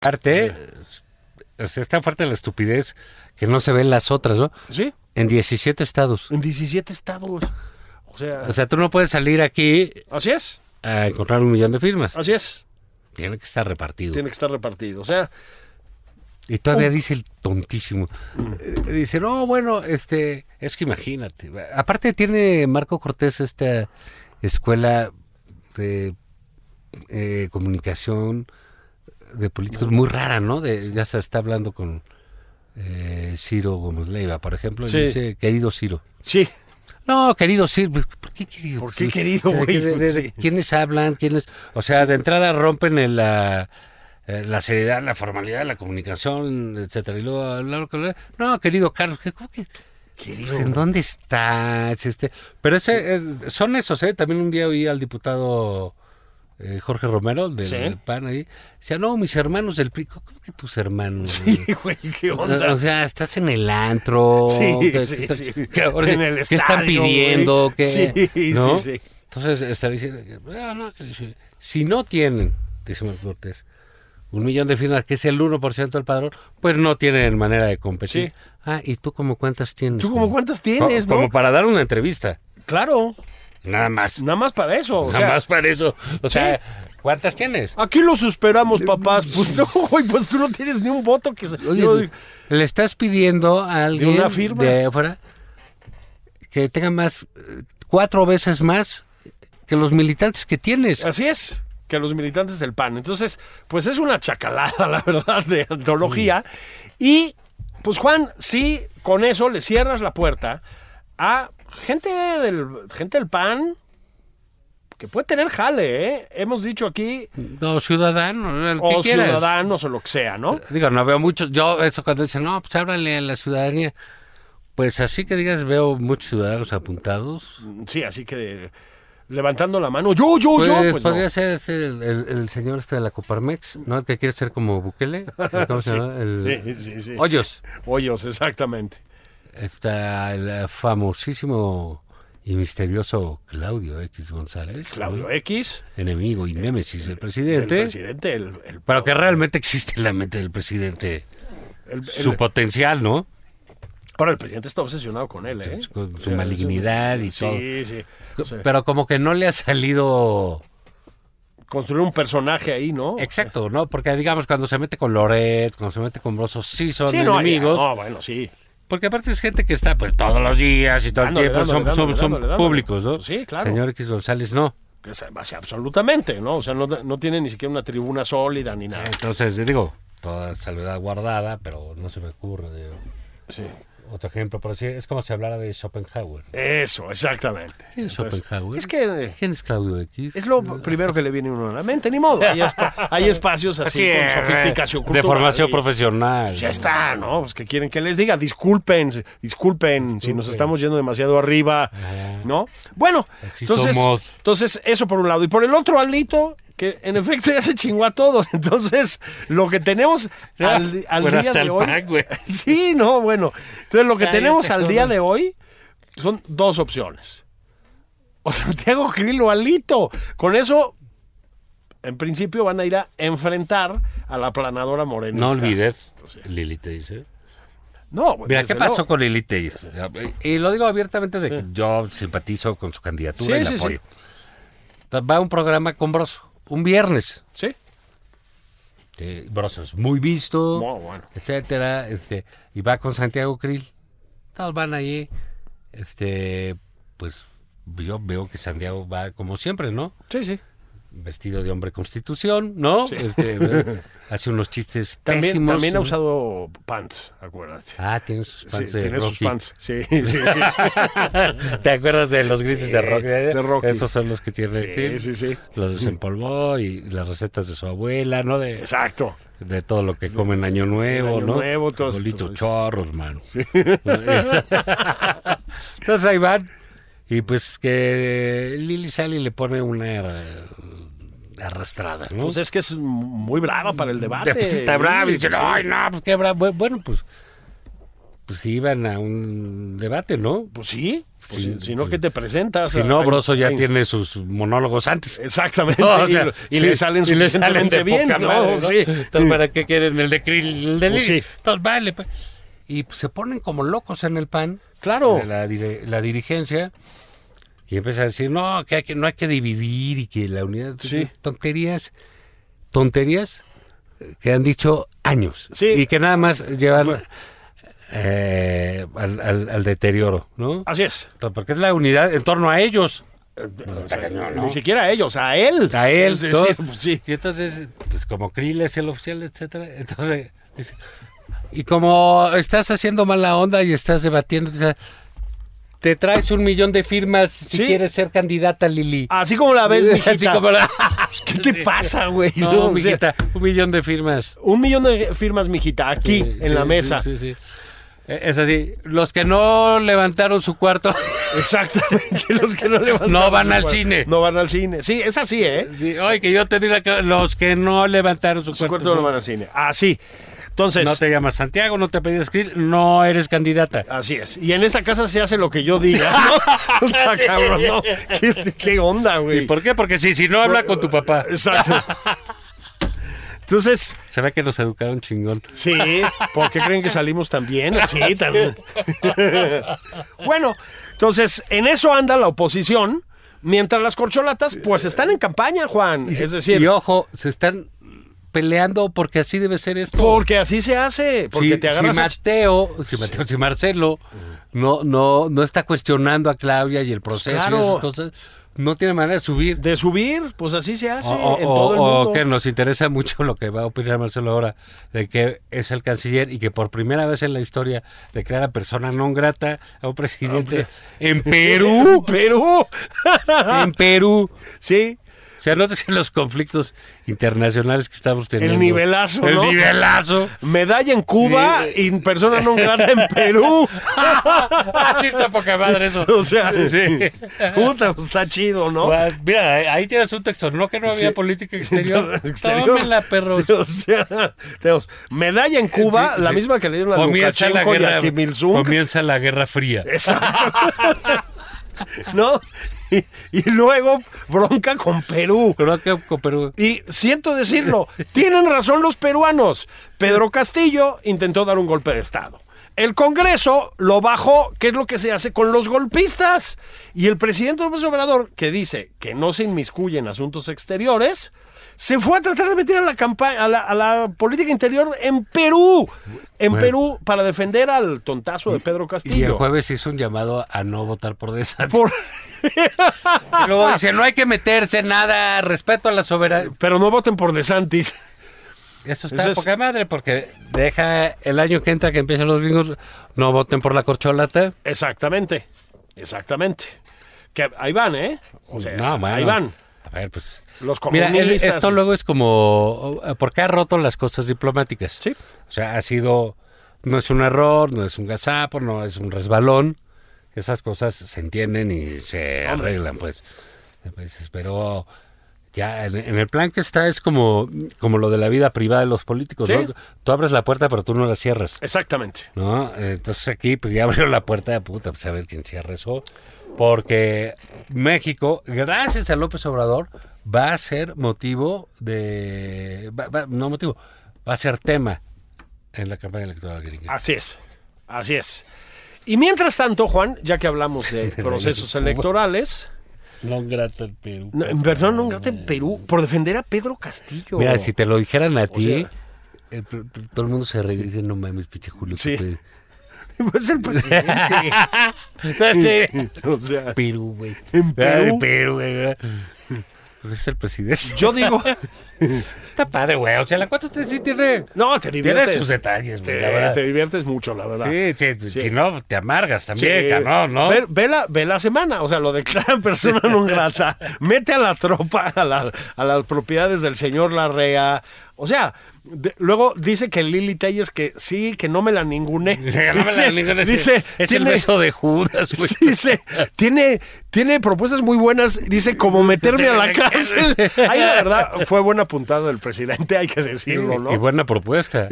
S1: Arte, o sea, está fuerte la estupidez que no se ve en las otras, ¿no?
S2: Sí,
S1: En 17 estados.
S2: en 17 estados. O sea,
S1: O sea, tú no puedes salir aquí
S2: así es,
S1: a encontrar un millón de firmas.
S2: así es.
S1: Tiene que estar repartido.
S2: Tiene que estar repartido. O sea,
S1: Y todavía dice el tontísimo. Eh, Dice, no, bueno, este, es que imagínate. Aparte tiene Marco Cortés esta escuela de eh, comunicación de políticos muy rara, ¿no? De, ya se está hablando con eh, Ciro Gómez Leiva, por ejemplo, y
S2: Sí.
S1: dice, querido Ciro.
S2: sí,
S1: No, querido Ciro, pues, ¿por qué querido?
S2: ¿Por qué
S1: Pues,
S2: querido,
S1: o sea,
S2: güey?
S1: que de- de-
S2: Sí.
S1: ¿Quiénes hablan? ¿Quiénes? O sea, de entrada rompen el, la, eh, la seriedad, la formalidad, la comunicación, etcétera. Y luego, luego- luego- no, querido Carlos, ¿qué- ¿cómo que? Pues, ¿En dónde estás? Este, pero ese es- son esos, ¿eh? También un día oí al diputado eh, Jorge Romero del,
S2: Sí.
S1: del PAN ahí. Decía, no, mis hermanos del PRI. ¿Cómo que tus hermanos? güey?
S2: güey, qué
S1: O
S2: onda.
S1: sea, estás en el antro.
S2: Sí,
S1: ¿Qué-
S2: sí,
S1: qué-
S2: sí.
S1: qué- ahora sí,
S2: En el
S1: ¿Qué están
S2: estadio, güey.
S1: pidiendo? ¿Qué-
S2: Sí,
S1: no?
S2: sí, sí.
S1: Entonces está diciendo, que, "Ah, no, que si- si no tienen, dice Marco Cortés, un millón de firmas, que es el 1% del padrón, pues no tienen manera de competir.
S2: Sí.
S1: Ah, ¿y tú como cuántas tienes?
S2: ¿Tú como
S1: güey?
S2: cuántas tienes,
S1: Co-
S2: no?
S1: Como para dar una entrevista,
S2: Claro,
S1: nada más.
S2: nada más para eso. O
S1: nada
S2: sea,
S1: más para eso. O sea, ¿cuántas tienes?
S2: Aquí los esperamos, papás. Pues no, güey, pues tú no tienes ni un voto que se.
S1: Oye,
S2: Yo-
S1: le estás pidiendo a alguien
S2: una firma?
S1: de afuera que tenga más, eh, cuatro veces más que los militantes que tienes.
S2: así es, que los militantes del PAN. Entonces, pues es una chacalada, la verdad, de antología. Y, pues, Juan, sí, con eso le cierras la puerta a gente del, gente del PAN que puede tener jale, ¿eh? Hemos dicho aquí,
S1: No, ciudadano, el que
S2: o
S1: quieras.
S2: ciudadanos o lo que sea, ¿no?
S1: Digo, no veo muchos. Yo, eso cuando dicen, no, pues háblale a la ciudadanía. Pues así que digas, veo muchos ciudadanos apuntados.
S2: Sí, así que levantando la mano, yo, yo,
S1: Pues,
S2: yo, pues no.
S1: podría ser este, el, el- el señor este de la Coparmex, ¿no? El que quiere ser como Bukele. ¿Cómo se llama? El-
S2: Sí, sí, sí.
S1: Hoyos.
S2: Hoyos, exactamente.
S1: Está el famosísimo y misterioso Claudio X González.
S2: Claudio
S1: ¿no?
S2: X,
S1: Enemigo y némesis del
S2: el
S1: presidente.
S2: presidente, el, el-
S1: Pero que realmente existe en la mente del presidente.
S2: el-
S1: Su
S2: el-
S1: potencial, ¿no?
S2: ahora el presidente está obsesionado con él, ¿eh?
S1: Con su malignidad y todo.
S2: Sí, sí. O sea,
S1: Pero como que no le ha salido
S2: construir un personaje ahí, ¿no?
S1: exacto, ¿no? Porque digamos, cuando se mete con Loret, cuando se mete con Broso, sí son
S2: Sí, no,
S1: enemigos.
S2: ya, no, bueno, sí.
S1: Porque aparte es gente que está pues todos los días y todo
S2: Dándole,
S1: el tiempo, son, son-
S2: dándole, dándole,
S1: son
S2: dándole, dándole.
S1: públicos, ¿no?
S2: Sí, claro.
S1: Señor X González, no.
S2: Que se- o sea, absolutamente, ¿no? O sea, no, no tiene ni siquiera una tribuna sólida ni nada.
S1: Entonces, digo, toda salvedad guardada, pero no se me ocurre. digo.
S2: Sí.
S1: Otro ejemplo, por decir, es como si hablara de Schopenhauer.
S2: Eso, exactamente.
S1: ¿Quién es
S2: Entonces,
S1: Schopenhauer?
S2: Es que
S1: ¿Quién es Claudio X?
S2: es lo primero que le viene a uno a la mente, ni modo. Hay, espa- hay espacios así
S1: Sí,
S2: con
S1: eh,
S2: sofisticación
S1: De
S2: cultural
S1: formación
S2: y-
S1: profesional.
S2: Pues ya está, ¿no? Pues que quieren que les diga, disculpen, disculpen, si nos estamos yendo demasiado arriba, ¿no? Bueno,
S1: Así
S2: entonces,
S1: somos.
S2: entonces eso por un lado. Y por el otro, Alito, que en efecto ya se chingó a todos. Entonces, lo que tenemos
S1: Ya,
S2: al, al
S1: bueno,
S2: día
S1: hasta
S2: de
S1: el
S2: hoy...
S1: pan, güey.
S2: sí, no, bueno. Entonces, lo que
S1: Ya, ya
S2: tenemos
S1: te
S2: al
S1: jodas.
S2: día de hoy son dos opciones. O Santiago Krill o Alito. Con eso... En principio van a ir a enfrentar a la planadora morenista.
S1: No olvides, Lili te dice.
S2: No, güey,
S1: Mira,
S2: desde
S1: ¿qué pasó
S2: luego.
S1: con Lili Tellez? Y lo digo abiertamente de que yo simpatizo con su candidatura
S2: Sí,
S1: y la
S2: sí, sí.
S1: apoyo. Va a un programa con Broso, un viernes.
S2: Sí.
S1: Eh, Broso es muy visto,
S2: Muy bueno.
S1: etcétera. Este, y va con Santiago Krill. Tal van ahí. Este, pues yo veo que Santiago va como siempre, ¿no?
S2: Sí, sí.
S1: Vestido de hombre constitución, ¿no? Este, hace unos chistes
S2: También,
S1: pésimos.
S2: también ha
S1: ¿no?
S2: usado pants, acuérdate.
S1: Ah, tiene sus
S2: Sí,
S1: pants de
S2: tiene sus
S1: Rocky.
S2: pants. Sí, sí, sí.
S1: ¿Te acuerdas de los grises
S2: Sí,
S1: de Rocky?
S2: de Rocky.
S1: Esos son los que tiene.
S2: Sí, sí, sí.
S1: Los desempolvó y las recetas de su abuela, ¿no? De,
S2: Exacto.
S1: de todo lo que comen Año Nuevo,
S2: Año
S1: ¿no?
S2: Nuevo, todos-
S1: Bolitos
S2: todos.
S1: chorros, mano. Entonces ahí van. Y pues que Lili sale y le pone una eh, arrastrada, ¿no?
S2: Pues es que es muy brava para el debate.
S1: Pues está bravo y
S2: Sí,
S1: dice, ay, no, pues qué bravo. Bueno, pues, pues iban a un debate, ¿no?
S2: Pues sí. Pues, si, si no, ¿qué te presentas?
S1: Si no,
S2: Hay-
S1: Broso ya
S2: hay-
S1: tiene sus monólogos antes.
S2: Exactamente.
S1: No, o
S2: y
S1: sea,
S2: lo- y,
S1: sí,
S2: le salen
S1: y le salen
S2: suficientemente
S1: de
S2: bien,
S1: poca
S2: ¿no?
S1: madre, ¿no?
S2: Sí.
S1: Entonces, ¿para qué quieren el de Krill, el de
S2: Pues
S1: Lili?
S2: sí.
S1: Entonces, vale. pues. Y pues, se ponen como locos en el pan.
S2: Claro.
S1: de La, dire- la dirigencia. Y empieza a decir, no, que, hay que no hay que dividir y que la unidad...
S2: Sí.
S1: Tonterías, tonterías eh, que han dicho años.
S2: Sí.
S1: Y que nada más llevan eh, al, al- al deterioro, ¿no?
S2: Así es.
S1: Entonces, Porque es la unidad en torno a ellos.
S2: O sea, Ni siquiera a ellos, a él.
S1: a él.
S2: Es decir,
S1: todo.
S2: pues, sí.
S1: Y entonces, pues como Krill es el oficial, etcétera, entonces dice, y como estás haciendo mala onda y estás debatiendo, dice, te traes un millón de firmas si
S2: Sí.
S1: quieres ser candidata, Lili.
S2: Así como la ves, mijita.
S1: Así como la-
S2: ¿Qué te pasa, güey?
S1: No,
S2: No, o sea,
S1: mijita, un millón de firmas.
S2: Un millón de firmas, mijita, aquí,
S1: Sí,
S2: en
S1: sí,
S2: la
S1: sí,
S2: mesa.
S1: sí, sí. Eh, Es así, los que no levantaron su cuarto,
S2: Exactamente. Los que no levantaron
S1: No van
S2: su
S1: al
S2: mano.
S1: cine.
S2: No van al cine. Sí, es así, ¿eh?
S1: sí, oye, que yo te diga que los que no levantaron su,
S2: Su cuarto no van al cine. Así. Entonces,
S1: no te llamas Santiago, no te pedí escribir, no eres candidata.
S2: así es. Y en esta casa se hace lo que yo diga. ¿no? O sea, cabrón, ¿no? ¿Qué, qué onda,
S1: ¿Y
S2: güey?
S1: por qué? Porque si, si no habla con tu papá.
S2: Exacto. Entonces,
S1: Se ve que nos educaron chingón.
S2: sí, ¿por qué creen que salimos tan bien? Sí, también. bueno, entonces, en eso anda la oposición, mientras las corcholatas, pues están en campaña, Juan. Es decir,
S1: Y ojo, se están peleando porque así debe ser esto.
S2: Porque así se hace, porque
S1: si,
S2: te
S1: si
S2: agarras. a-
S1: Mateo, si, Mateo, si Marcelo no, no, no está cuestionando a Claudia y el proceso
S2: Pues Claro.
S1: y esas cosas, no tiene manera de subir.
S2: de subir, pues así se hace
S1: O- o,
S2: en
S1: o-
S2: todo el
S1: o
S2: mundo.
S1: que nos interesa mucho lo que va a opinar Marcelo ahora, de que es el canciller y que por primera vez en la historia declara persona non grata a un presidente
S2: Ah, pues.
S1: en Perú.
S2: Perú.
S1: en Perú.
S2: sí.
S1: Se nota que los conflictos internacionales que estamos teniendo.
S2: nivelazo,
S1: El
S2: ¿no?
S1: nivelazo.
S2: Medalla en Cuba
S1: Sí.
S2: y persona no grata en Perú.
S1: Así Ah, está poca madre eso.
S2: o sea,
S1: Sí.
S2: puta, pues, está chido, ¿no?
S1: Guau, Mira, ahí- ahí tienes un texto. No que no había
S2: Sí.
S1: política exterior. Tómela, perro.
S2: O sea, tenemos medalla en Cuba, la misma que le dieron a
S1: Comienza la
S2: Lukashenko y a
S1: guerra.
S2: Kim Il-sung.
S1: Comienza la guerra fría.
S2: Exacto. ¿No? Y, y luego bronca con Perú.
S1: Creo que con Perú.
S2: Y siento decirlo, tienen razón los peruanos. Pedro Castillo intentó dar un golpe de Estado. El Congreso lo bajó, que es lo que se hace con los golpistas. Y el presidente López Obrador, que dice que no se inmiscuye en asuntos exteriores, se fue a tratar de meter a la, campa- a la, a la política interior en Perú. En
S1: Bueno.
S2: Perú, para defender al tontazo de Pedro Castillo.
S1: Y el jueves hizo un llamado a no votar por desastre.
S2: Por-
S1: Luego dice, no hay que meterse en nada, respeto a la soberanía.
S2: Pero no voten por DeSantis.
S1: Eso está
S2: Eso
S1: de
S2: es-
S1: poca madre porque deja el año que entra que empiezan los gringos, no voten por la corcholata.
S2: Exactamente. Exactamente. Que ahí van, ¿eh? O sea,
S1: no, bueno.
S2: ahí van.
S1: A ver, pues.
S2: Los
S1: Mira, el-
S2: comunistas.
S1: esto luego es como. eh, Porque ha roto las cosas diplomáticas.
S2: Sí.
S1: O sea, ha sido. No es un error, no es un gazapo, no es un resbalón. Esas cosas se entienden y se arreglan, pues. Pues, Pero ya en, en el plan que está es como, como lo de la vida privada de los políticos.
S2: Sí.
S1: ¿no? Tú abres la puerta, pero tú no la cierras.
S2: Exactamente.
S1: ¿no? Entonces aquí pues ya abrió la puerta de puta, pues a ver quién cierra eso, porque México, gracias a López Obrador, va a ser motivo de, va- va- no motivo, va a ser tema en la campaña electoral gringa.
S2: Así es. Así es. Y mientras tanto, Juan, ya que hablamos de procesos electorales,
S1: No grata el Perú.
S2: no, en verdad no grata en Perú por defender a Pedro Castillo.
S1: Mira, si te lo dijeran a ti,
S2: sea-
S1: el- todo el mundo se reí y dice, no mames, pinche Julio.
S2: Sí.
S1: qué
S2: Es el presidente.
S1: pedo".
S2: o sea,
S1: Perú, güey.
S2: En Perú.
S1: Ay, Perú, güey. Pues es el presidente.
S2: yo digo.
S1: Está padre, güey. O sea, la 4T sí tiene...
S2: No, te diviertes.
S1: sus detalles, güey, la
S2: te,
S1: verdad.
S2: te diviertes mucho, la verdad.
S1: Sí, sí,
S2: Sí.
S1: si no, te amargas
S2: Sí,
S1: también, cabrón, ¿no?
S2: Eh, Ve, ve la, ve la semana, o sea, lo declaran persona no grata, mete a la tropa a, la- a las propiedades del señor Larrea, o sea, de- luego dice que Lili Telles que sí, que no me la ningune.
S1: No me la-
S2: dice,
S1: es
S2: dice,
S1: el
S2: tiene-
S1: beso de Judas, güey.
S2: Sí, sí. tiene, tiene propuestas muy buenas. Dice, como meterme a la cárcel. Ahí, la verdad, fue buena puntada del presidente, hay que decirlo,
S1: Y
S2: ¿no?
S1: buena propuesta.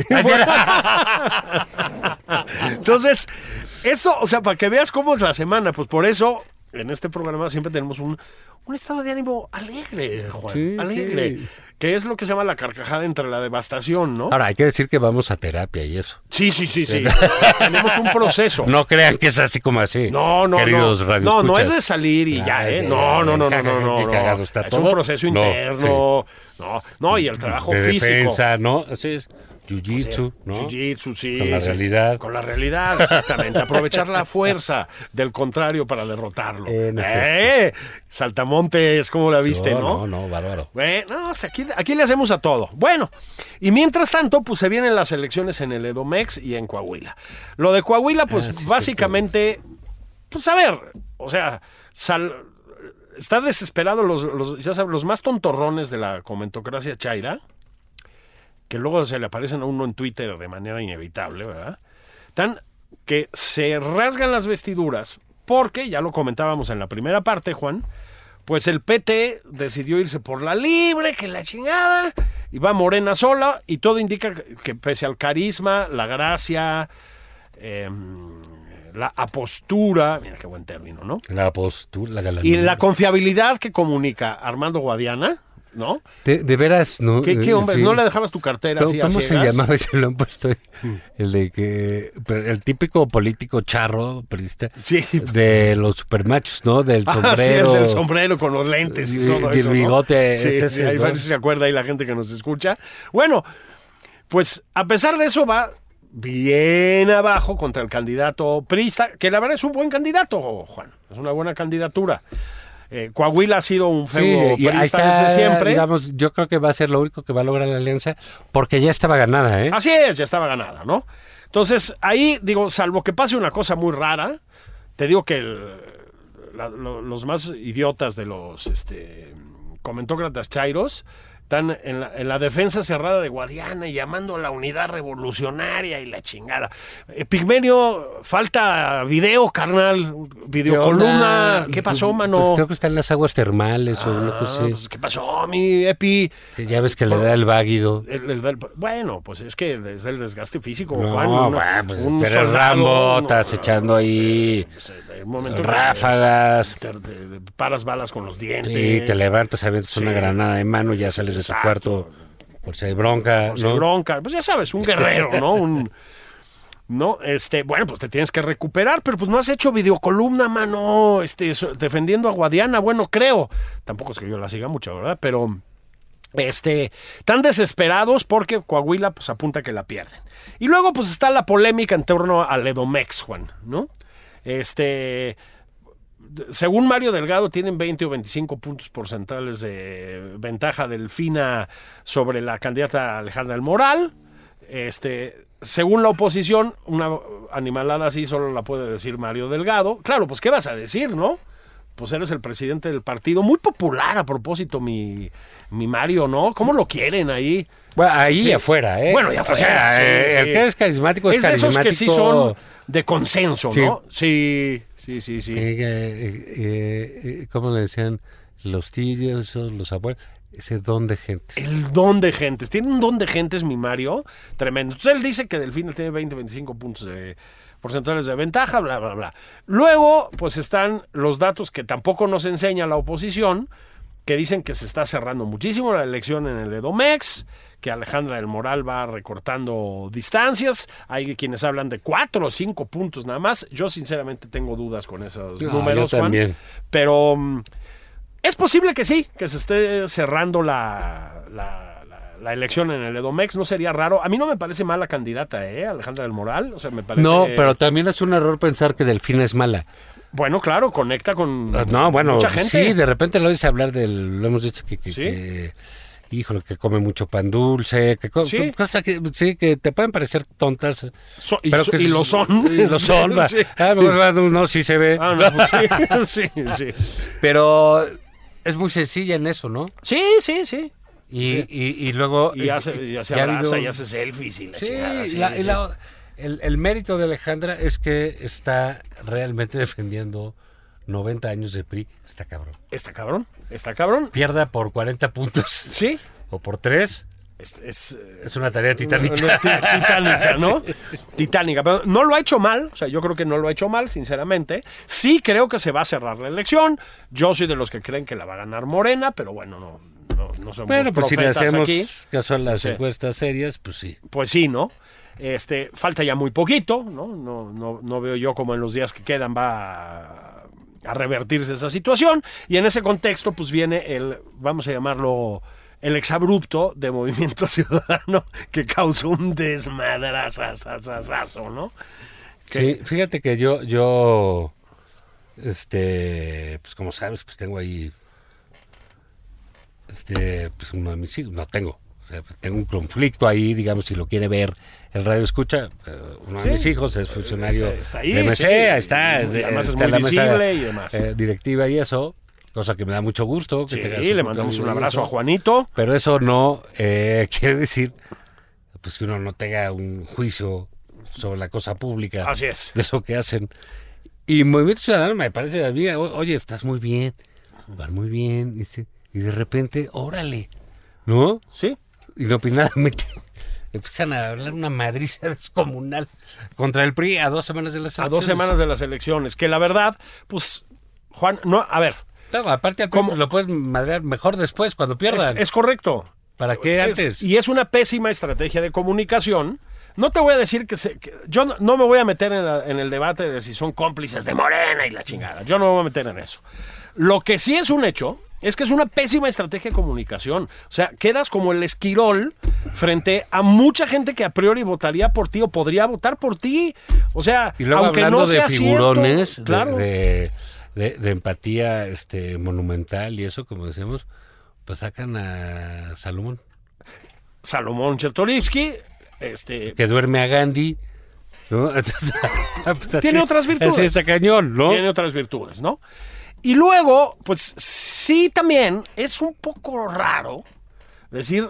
S2: Entonces, eso, o sea, para que veas cómo es la semana, pues por eso en este programa siempre tenemos un, un estado de ánimo alegre, Juan.
S1: Sí,
S2: alegre.
S1: sí. Ah.
S2: Que es lo que se llama la carcajada entre la devastación, ¿no?
S1: Ahora, hay que decir que vamos a terapia y eso.
S2: Sí, sí, sí, sí. tenemos un proceso.
S1: No crean que es así como así.
S2: No, no,
S1: queridos
S2: no. No,
S1: radioescuchas.
S2: no es de salir y ya,
S1: Ah,
S2: ¿eh?
S1: sí,
S2: No, no, no, no,
S1: qué
S2: no,
S1: caga-
S2: no.
S1: qué
S2: no.
S1: cagado está
S2: es
S1: todo.
S2: un proceso
S1: No,
S2: interno. No, no, y el trabajo
S1: de
S2: físico.
S1: defensa, ¿no? Así es. Jiu-jitsu, ¿no?
S2: Jiu-jitsu, sí.
S1: Con la
S2: sí.
S1: realidad.
S2: Con la realidad, exactamente. Aprovechar la fuerza del contrario para derrotarlo.
S1: En
S2: ¡Eh! Saltamontes, ¿cómo la viste,
S1: no, no,
S2: no?
S1: no, bárbaro.
S2: Bueno, o sea, aquí, aquí le hacemos a todo. Bueno, y mientras tanto, pues se vienen las elecciones en el Edomex y en Coahuila. Lo de Coahuila,
S1: Ah,
S2: pues básicamente, pues a ver, o sea, sal- está desesperado los, los- ya sabes, los más tontorrones de la comentocracia chaira, que luego se le aparecen a uno en Twitter de manera inevitable, ¿verdad? Tan que se rasgan las vestiduras porque, ya lo comentábamos en la primera parte, Juan, pues el PT decidió irse por la libre, que la chingada, y va Morena sola, y todo indica que pese al carisma, la gracia, eh, la apostura, mira qué buen término, ¿no?
S1: La postura, la
S2: Y
S1: galanía.
S2: la confiabilidad que comunica Armando Guadiana, ¿no?
S1: De, de veras, ¿no?
S2: ¿Qué, qué
S1: Eh,
S2: hombre?
S1: sí.
S2: ¿No le dejabas tu cartera
S1: ¿Cómo,
S2: así a
S1: cómo se
S2: ciegas?
S1: llamaba ese lo han puesto? El de que. El típico político charro, periodista.
S2: Sí.
S1: De los supermachos, ¿no? Del
S2: Ah, sí,
S1: sombrero. Eh,
S2: el del sombrero con los lentes y
S1: Y-
S2: todo
S1: y el
S2: eso. ¿no?
S1: bigote,
S2: Sí,
S1: ese
S2: sí,
S1: es,
S2: ahí
S1: ¿no?
S2: parece que se acuerda ahí la gente que nos escucha. Bueno, pues a pesar de eso va bien abajo contra el candidato Prista, que la verdad es un buen candidato, Juan. Es una buena candidatura. Eh, Coahuila ha sido un
S1: Sí,
S2: feudo
S1: y ahí
S2: priista
S1: está,
S2: desde siempre.
S1: Digamos, yo creo que va a ser lo único que va a lograr la alianza, porque ya estaba ganada, ¿eh?
S2: Así es, ya estaba ganada, ¿no? Entonces, ahí, digo, salvo que pase una cosa muy rara, te digo que el- la- lo- los más idiotas de los este, comentócratas chairos están en la, en la defensa cerrada de Guadiana y llamando a la unidad revolucionaria y la chingada. Eh, Pigmenio, falta video, carnal, videocolumna.
S1: onda?
S2: ¿Qué pasó,
S1: Pues-
S2: mano?
S1: pues creo que están las aguas termales o una
S2: Ah,
S1: cosa así.
S2: pues, ¿Qué pasó, mi Epi?
S1: Sí, ya ves que le da el váguido.
S2: El- el del- bueno, pues es que es el desgaste físico,
S1: No,
S2: Oh, Juan.
S1: bueno, pues, pero
S2: soldado,
S1: Rambo,
S2: no,
S1: estás
S2: no,
S1: echando ahí
S2: pues, hay un momento que
S1: ráfagas.
S2: te- te- te paras balas con los dientes.
S1: Y te levantas, avientas una
S2: Sí.
S1: granada de mano y ya sales de tu
S2: Exacto.
S1: cuarto. Por si hay bronca,
S2: pues,
S1: ¿no?
S2: bronca. Pues ya sabes, un guerrero, ¿no? Un- no, este, bueno, pues te tienes que recuperar, pero pues no has hecho videocolumna, mano, este, so- defendiendo a Guadiana, bueno, creo. Tampoco es que yo la siga mucho, ¿verdad? Pero este, tan desesperados porque Coahuila pues apunta que la pierden. Y luego pues está la polémica en torno al Edomex, Juan, ¿no? Este, d- según Mario Delgado tienen 20 o 25 puntos porcentuales de ventaja Delfina sobre la candidata Alejandra del Moral. Este, según la oposición, una animalada así solo la puede decir Mario Delgado. Claro, pues ¿qué vas a decir, no? Pues eres el presidente del partido, muy popular a propósito, mi, mi Mario, ¿no? ¿Cómo lo quieren ahí?
S1: Bueno, ahí
S2: Sí.
S1: y afuera, ¿eh?
S2: Bueno, ya
S1: O sea, eh, el que es carismático es,
S2: de esos que sí son
S1: carismático.
S2: de consenso,
S1: Sí.
S2: ¿no? Sí, sí, sí, sí.
S1: Eh, eh, eh, eh, ¿Cómo le decían? Los tíos, los abuelos. Ese don de gente.
S2: El don de gentes. Tiene un don de gentes, mi Mario. Tremendo. Entonces él dice que Delfín tiene 20, 25 puntos de porcentuales de ventaja, bla, bla, bla. Luego, pues están los datos que tampoco nos enseña la oposición, que dicen que se está cerrando muchísimo la elección en el Edomex, que Alejandra del Moral va recortando distancias. Hay quienes hablan de 4 o 5 puntos nada más. Yo sinceramente tengo dudas con esos
S1: No,
S2: números,
S1: Ah, yo
S2: Juan.
S1: también.
S2: Pero mm, es posible que sí, que se esté cerrando la, la- la- la elección en el Edomex. No sería raro. A mí no me parece mala candidata, ¿eh? Alejandra del Moral. O sea, me parece.
S1: No, pero también es un error pensar que Delfina es mala.
S2: Bueno, claro, conecta con.
S1: Ah, No, bueno,
S2: Mucha gente.
S1: sí, de repente lo dice hablar del. Lo hemos dicho que. que,
S2: Sí.
S1: que- híjole, que come mucho pan dulce, que, co-
S2: Sí.
S1: que- cosas que, sí, que te pueden parecer tontas.
S2: So- y,
S1: pero
S2: so-
S1: que-
S2: y lo son.
S1: Y lo son. va.
S2: Sí.
S1: Ah, mejor va, no, no, sí se ve.
S2: Ah, no, pues sí, sí, sí.
S1: Pero es muy sencilla en eso, ¿no?
S2: Sí, sí, sí.
S1: Y, y- y luego...
S2: Y ya se, ya se
S1: Eh, ya ha
S2: abraza
S1: habido-
S2: y hace selfies y la
S1: Sí,
S2: chingada, sí,
S1: la-
S2: sí.
S1: la- el, el mérito de Alejandra es que está realmente defendiendo 90 años de PRI. Está cabrón.
S2: Está cabrón, está cabrón.
S1: Pierda por 40 puntos
S2: Sí,
S1: o por 3,
S2: es, es,
S1: es una tarea titánica.
S2: No, no, ti- titánica, ¿no? Titánica. Pero no lo ha hecho mal, o sea, yo creo que no lo ha hecho mal, sinceramente. Sí creo que se va a cerrar la elección. Yo soy de los que creen que la va a ganar Morena, pero bueno, no, no, no somos
S1: Bueno, pues si le
S2: profetas
S1: hacemos
S2: aquí.
S1: caso a las
S2: Sí.
S1: encuestas serias, pues sí.
S2: Pues sí, ¿no? Este, falta ya muy poquito, ¿no? No, no, no veo yo cómo en los días que quedan va a, a revertirse esa situación. Y en ese contexto, pues viene el, vamos a llamarlo, el exabrupto de Movimiento Ciudadano que causó un desmadrazazazazazo, ¿no?
S1: Sí, fíjate que yo, yo, este, pues como sabes, pues tengo ahí, este, pues uno de mis hijos, no tengo, o sea, pues, tengo un conflicto ahí, digamos, si lo quiere ver el radio escucha, eh, uno de
S2: Sí.
S1: mis hijos es funcionario
S2: Está- está ahí,
S1: de MC,
S2: sí.
S1: está,
S2: Además
S1: de-
S2: es
S1: está
S2: muy
S1: en la mesa
S2: visible y demás.
S1: eh, directiva y eso, cosa que me da mucho gusto. Que
S2: Sí,
S1: tengas
S2: le
S1: un
S2: mandamos un
S1: punto de
S2: abrazo
S1: vista.
S2: a Juanito.
S1: Pero eso no eh, quiere decir pues que uno no tenga un juicio sobre la cosa pública
S2: Así es.
S1: de lo que hacen. Y Movimiento Ciudadano me parece a mí, o- oye, estás muy bien, van muy bien, dice, y de repente, órale, ¿no?
S2: Sí,
S1: Inopinadamente empiezan a hablar una madriza descomunal contra el PRI a dos semanas de las
S2: a dos
S1: elecciones.
S2: semanas de las elecciones. Que la verdad, pues, Juan, no, a ver,
S1: No, aparte al PRI
S2: ¿Cómo?
S1: lo puedes madrear mejor después, cuando
S2: es,
S1: pierdan.
S2: es correcto.
S1: ¿Para qué
S2: Es-
S1: antes?
S2: y es una pésima estrategia de comunicación. No te voy a decir que, se- que- yo no, no me voy a meter en, la- en el debate de si son cómplices de Morena y la chingada. Yo no me voy a meter en eso. Lo que sí es un hecho es que es una pésima estrategia de comunicación. O sea, quedas como el esquirol frente a mucha gente que a priori votaría por ti o podría votar por ti. O sea,
S1: Y luego
S2: aunque
S1: hablando
S2: no
S1: de
S2: sea cierto,
S1: figurones, de-
S2: claro.
S1: de, de- de empatía este, monumental y eso, como decíamos, pues sacan a Salomón,
S2: Salomón Chertorivsky, este,
S1: que duerme a Gandhi. ¿no? Entonces, pues así-
S2: Tiene otras virtudes.
S1: Así está cañón, ¿no?
S2: tiene otras virtudes, ¿no? Y luego, pues sí también es un poco raro decir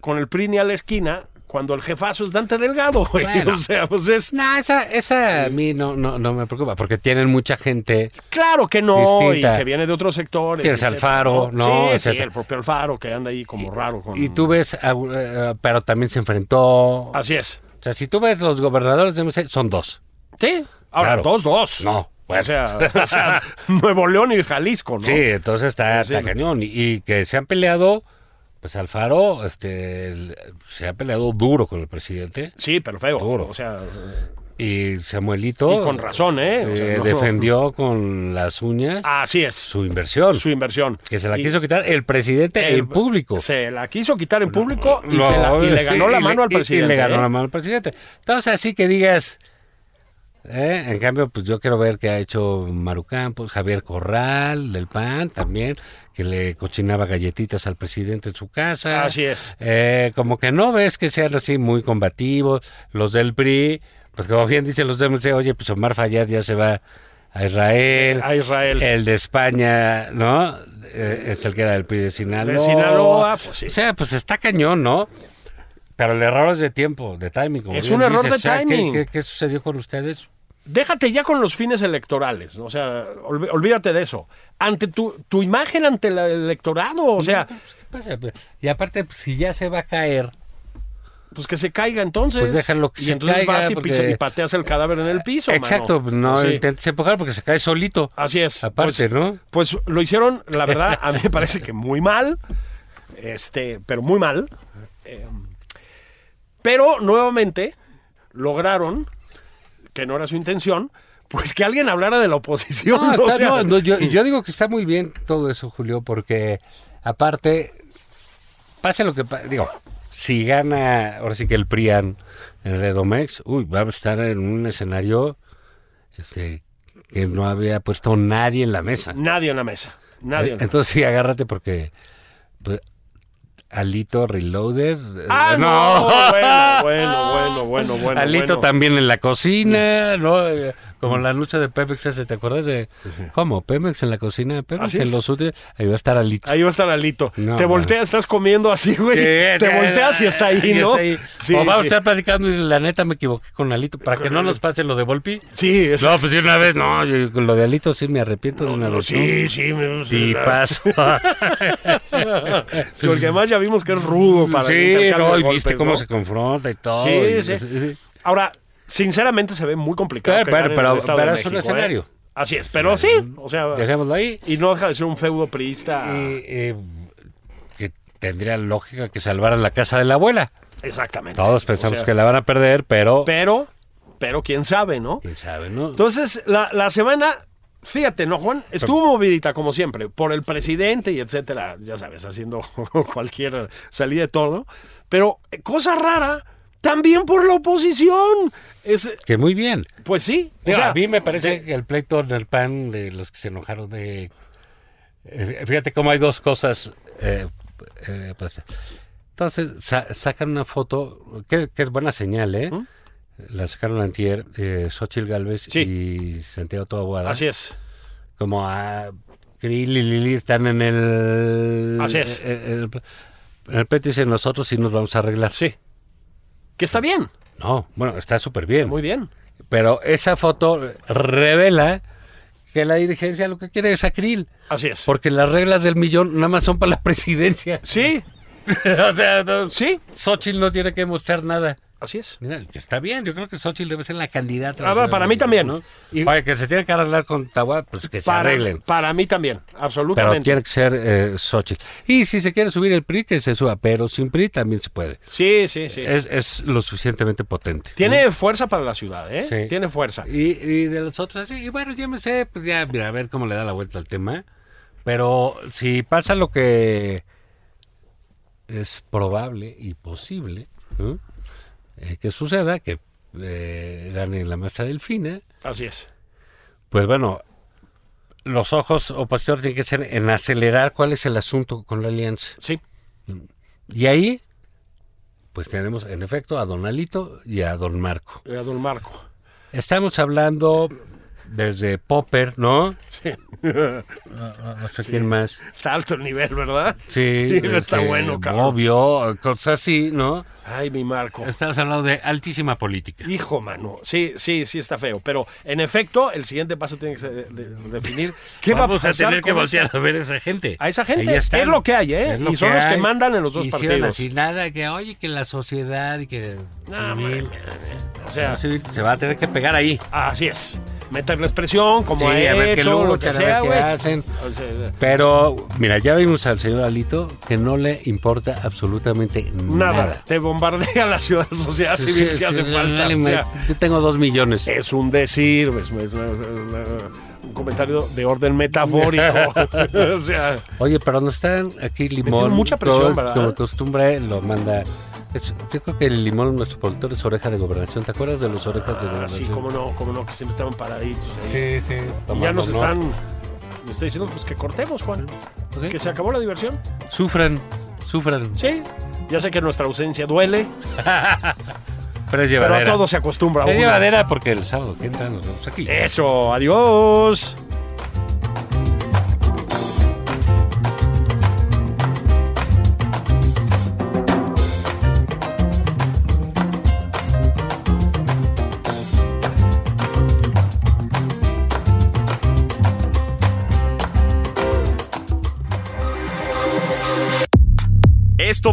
S2: con el PRI ni a la esquina cuando el jefazo es Dante Delgado, güey.
S1: Bueno.
S2: O sea, pues es
S1: No, esa, esa a mí no, no, no me preocupa, porque tienen mucha gente.
S2: claro que no,
S1: Distinta.
S2: y que viene de otros sectores.
S1: Tienes
S2: etcétera,
S1: Alfaro, ¿no?
S2: Sí, sí,
S1: Etcétera.
S2: el propio Alfaro que anda ahí como raro. Con...
S1: Y tú ves, a- eh, pero también se enfrentó. O
S2: Así es.
S1: sea, si tú ves los gobernadores de MC, son dos.
S2: Sí. Ahora,
S1: Claro.
S2: dos, dos.
S1: No, bueno.
S2: O sea, o sea, Nuevo León y Jalisco, ¿no?
S1: Sí, entonces está,
S2: Sí,
S1: está
S2: ¿no?
S1: cañón. Y, y que se han peleado, pues Alfaro este, el- se ha peleado duro con el presidente.
S2: Sí, pero feo.
S1: Duro.
S2: O sea,
S1: Y Samuelito.
S2: Y con razón, ¿eh? O sea,
S1: eh,
S2: no- Ah.
S1: defendió con las uñas
S2: así es. Su,
S1: su inversión.
S2: inversión.
S1: que se la
S2: Y-
S1: quiso quitar el presidente en público.
S2: Se la quiso quitar en público y,
S1: No,
S2: se la- y le
S1: sí,
S2: ganó la
S1: y
S2: mano al
S1: y- y
S2: presidente.
S1: le ganó
S2: ¿eh?
S1: la mano al presidente. Entonces, así que digas. ¿eh? En cambio, pues yo quiero ver qué ha hecho Maru Campos, Javier Corral, del PAN también, que le cochinaba galletitas al presidente en su casa.
S2: Así es.
S1: Eh, como que no ves que sean así muy combativos. Los del PRI, pues como bien dicen los del MC, oye, pues Omar Fayad ya se va a Israel.
S2: A Israel.
S1: El de España, ¿no? Eh, es el que era del PRI de Sinaloa.
S2: De Sinaloa, pues sí.
S1: O sea, pues está cañón, ¿no? Pero el error es de tiempo, de timing. como
S2: Es
S1: bien
S2: un error de
S1: ¿qué-
S2: timing.
S1: ¿qué, qué sucedió con ustedes?
S2: Déjate ya con los fines electorales, o sea, olvi- olvídate de eso. Ante tu, tu imagen ante el electorado, o sea,
S1: ¿Qué pasa? Y aparte, pues, si ya se va a caer,
S2: pues que se caiga entonces.
S1: Pues déjalo que
S2: y
S1: se
S2: entonces
S1: caiga,
S2: vas y,
S1: porque-
S2: pisa- y pateas el cadáver en el piso. mano. Pues
S1: exacto, pues, no
S2: Sí.
S1: intentes empujar porque se cae solito.
S2: Así es.
S1: Aparte,
S2: Pues-
S1: ¿no?
S2: Pues lo hicieron, la verdad, a mí me parece que muy mal, este, pero muy mal. Eh, pero nuevamente lograron, que no era su intención, pues que alguien hablara de la oposición.
S1: No,
S2: o
S1: está-
S2: sea,
S1: Ah,
S2: mm.
S1: no, no, yo, yo digo que está muy bien todo eso, Julio, porque aparte, pase lo que pase, digo, si gana, ahora sí que el PRIAN en Redomex, uy, va a estar en un escenario este, que no había puesto nadie en la mesa.
S2: Nadie en la mesa. Nadie. en la
S1: Entonces sí, agárrate porque pues, Alito Reloaded. eh,
S2: mesa. Ah, no. Bueno, bueno, bueno, bueno, bueno.
S1: Alito
S2: bueno.
S1: también en la cocina, ¿no? Eh, Como la lucha de Pemex ese, ¿te acuerdas de cómo? Pemex en la cocina de Pemex,
S2: Así
S1: en
S2: es.
S1: los útiles, ahí va a estar Alito.
S2: Ahí va a estar Alito.
S1: No,
S2: te
S1: man.
S2: volteas, estás comiendo así, güey.
S1: Sí,
S2: Te
S1: sí,
S2: volteas y está ahí,
S1: y
S2: ¿no?
S1: está ahí.
S2: Sí,
S1: o vamos
S2: sí.
S1: a estar platicando y la neta me equivoqué con Alito, para que no nos pase lo de Volpi.
S2: Sí, es-
S1: No, pues sí, una vez, no, yo con lo de Alito sí me arrepiento de una vez. ¿no?
S2: sí, sí. me-
S1: Y paso.
S2: Sí, porque además ya vimos que es rudo para el
S1: sí,
S2: intercambio
S1: no,
S2: de
S1: y viste
S2: golpes,
S1: cómo
S2: ¿no?
S1: se confronta y todo.
S2: Sí,
S1: y-
S2: sí. Ahora, sinceramente se ve muy complicado.
S1: Claro,
S2: que
S1: Eh, pero-
S2: gane en
S1: pero-
S2: el Estado
S1: pero
S2: de
S1: es un
S2: México, ¿eh?
S1: escenario.
S2: Así es, pero sí, o sea,
S1: Dejémoslo ahí.
S2: y no deja de ser un feudo priista.
S1: Y, eh, que tendría lógica que salvaran la casa de la abuela.
S2: Exactamente.
S1: Todos pensamos
S2: O sea,
S1: que la van a perder, pero.
S2: Pero, pero quién sabe, ¿no?
S1: ¿Quién sabe, no?
S2: Entonces, la, la semana, fíjate, ¿no, Juan? Estuvo movidita, como siempre, por el presidente y etcétera, ya sabes, haciendo cualquier salida de todo. Pero, eh, cosa rara, también por la oposición. Es,
S1: Que muy bien.
S2: pues sí. O
S1: Digo,
S2: sea,
S1: a mí ¿eh? me parece que el pleito en el pan de los que se enojaron de... eh, Fíjate cómo hay dos cosas. eh, eh, pues, entonces sa- sacan una foto, que, que es buena señal, ¿eh?
S2: ¿Mm?
S1: La sacaron antier, eh, Xochitl Galvez y Santiago Toaguada.
S2: así es.
S1: Como ah, a Krill y Lili están en el...
S2: Así es.
S1: eh, el- en el pleito dicen nosotros sí nos vamos a arreglar.
S2: Sí. Que está bien,
S1: No, bueno, está súper bien.
S2: muy bien.
S1: Pero esa foto revela que la dirigencia lo que quiere es acril.
S2: Así es.
S1: Porque las reglas del millón nada más son para la presidencia.
S2: Sí,
S1: o sea, no,
S2: sí,
S1: Xochitl no tiene que mostrar nada.
S2: así es.
S1: Mira, que está bien, yo creo que Xochitl debe ser la candidata.
S2: Ah, va, para mí también.
S1: ¿no?
S2: Y-
S1: Oye, que se tiene que arreglar con Tahuá, pues que se
S2: Para,
S1: arreglen.
S2: para mí también,
S1: Pero
S2: absolutamente.
S1: tiene que ser eh, Xochitl. Y si se quiere subir el PRI, que se suba, pero sin PRI también se puede.
S2: Sí, sí, sí.
S1: Es, es lo suficientemente potente.
S2: Tiene fuerza para la ciudad, ¿eh?
S1: Sí.
S2: Tiene fuerza.
S1: Y, y de los otros, sí, y bueno, ya me sé, pues ya, mira, a ver cómo le da la vuelta al tema. Pero si pasa lo que es probable y posible ¿no? Eh, que suceda, que eh, gane la masa delfina,
S2: Así es.
S1: pues bueno, los ojos opositores tienen que ser en acelerar cuál es el asunto con la alianza.
S2: Sí,
S1: Y ahí, pues tenemos en efecto a don Alito y a don Marco.
S2: eh, don Marco.
S1: Estamos hablando desde Popper, ¿no?
S2: Sí.
S1: No sé quién más.
S2: Está alto el nivel, ¿verdad?
S1: Sí, este,
S2: está bueno, cabrón.
S1: Obvio, cosas así, ¿no?
S2: Ay, mi Marco.
S1: Estamos hablando de altísima política.
S2: Hijo, mano. Sí, sí, sí está feo. Pero, en efecto, el siguiente paso tiene que ser de- de- definir qué
S1: Vamos
S2: va a
S1: a,
S2: pasar
S1: tener que
S2: con
S1: voltear
S2: esa-
S1: a ver a esa gente.
S2: A esa gente,
S1: Ahí están.
S2: es lo que hay, ¿eh?
S1: Es lo
S2: Y son los que
S1: hay.
S2: mandan en los dos
S1: Hicieron
S2: partidos.
S1: así nada, que oye, que la sociedad y que...
S2: No,
S1: civil.
S2: O sea,
S1: Civil se va a tener que pegar ahí.
S2: así es. Meterles presión, como
S1: Sí,
S2: ha
S1: a ver qué
S2: hecho, lo que
S1: luchan,
S2: sea,
S1: a ver qué
S2: güey.
S1: hacen.
S2: O sea,
S1: Pero, mira, ya vimos al señor Alito que no le importa absolutamente
S2: Nada.
S1: nada.
S2: Te bombardea la ciudad, sociedad civil si hace
S1: sí,
S2: falta.
S1: dale,
S2: o
S1: me-
S2: sea. Eh.
S1: yo tengo dos millones.
S2: Es un decir, es, es- es- es- un comentario de orden metafórico. o sea,
S1: Oye, pero no están aquí limón.
S2: mucha presión,
S1: todo,
S2: ¿verdad?
S1: Como costumbre, lo manda. es- yo creo que el limón, nuestro productor, es oreja de gobernación. ¿Te acuerdas de los orejas de gobernación?
S2: así como Ah, no, como no, que siempre estaban paraditos ahí.
S1: Sí, sí.
S2: Y ya nos
S1: tomando, ¿no?
S2: están. Me está diciendo pues que cortemos, Juan.
S1: Ok.
S2: Que se acabó la diversión.
S1: Sufran, sufran.
S2: Sí. Ya sé que nuestra ausencia duele,
S1: Pero es
S2: pero
S1: llevadera.
S2: a todo se acostumbra.
S1: Es
S2: uno.
S1: llevadera porque el sábado que entra nos vemos
S2: Eh,
S1: aquí.
S2: Eso, adiós.
S3: Esto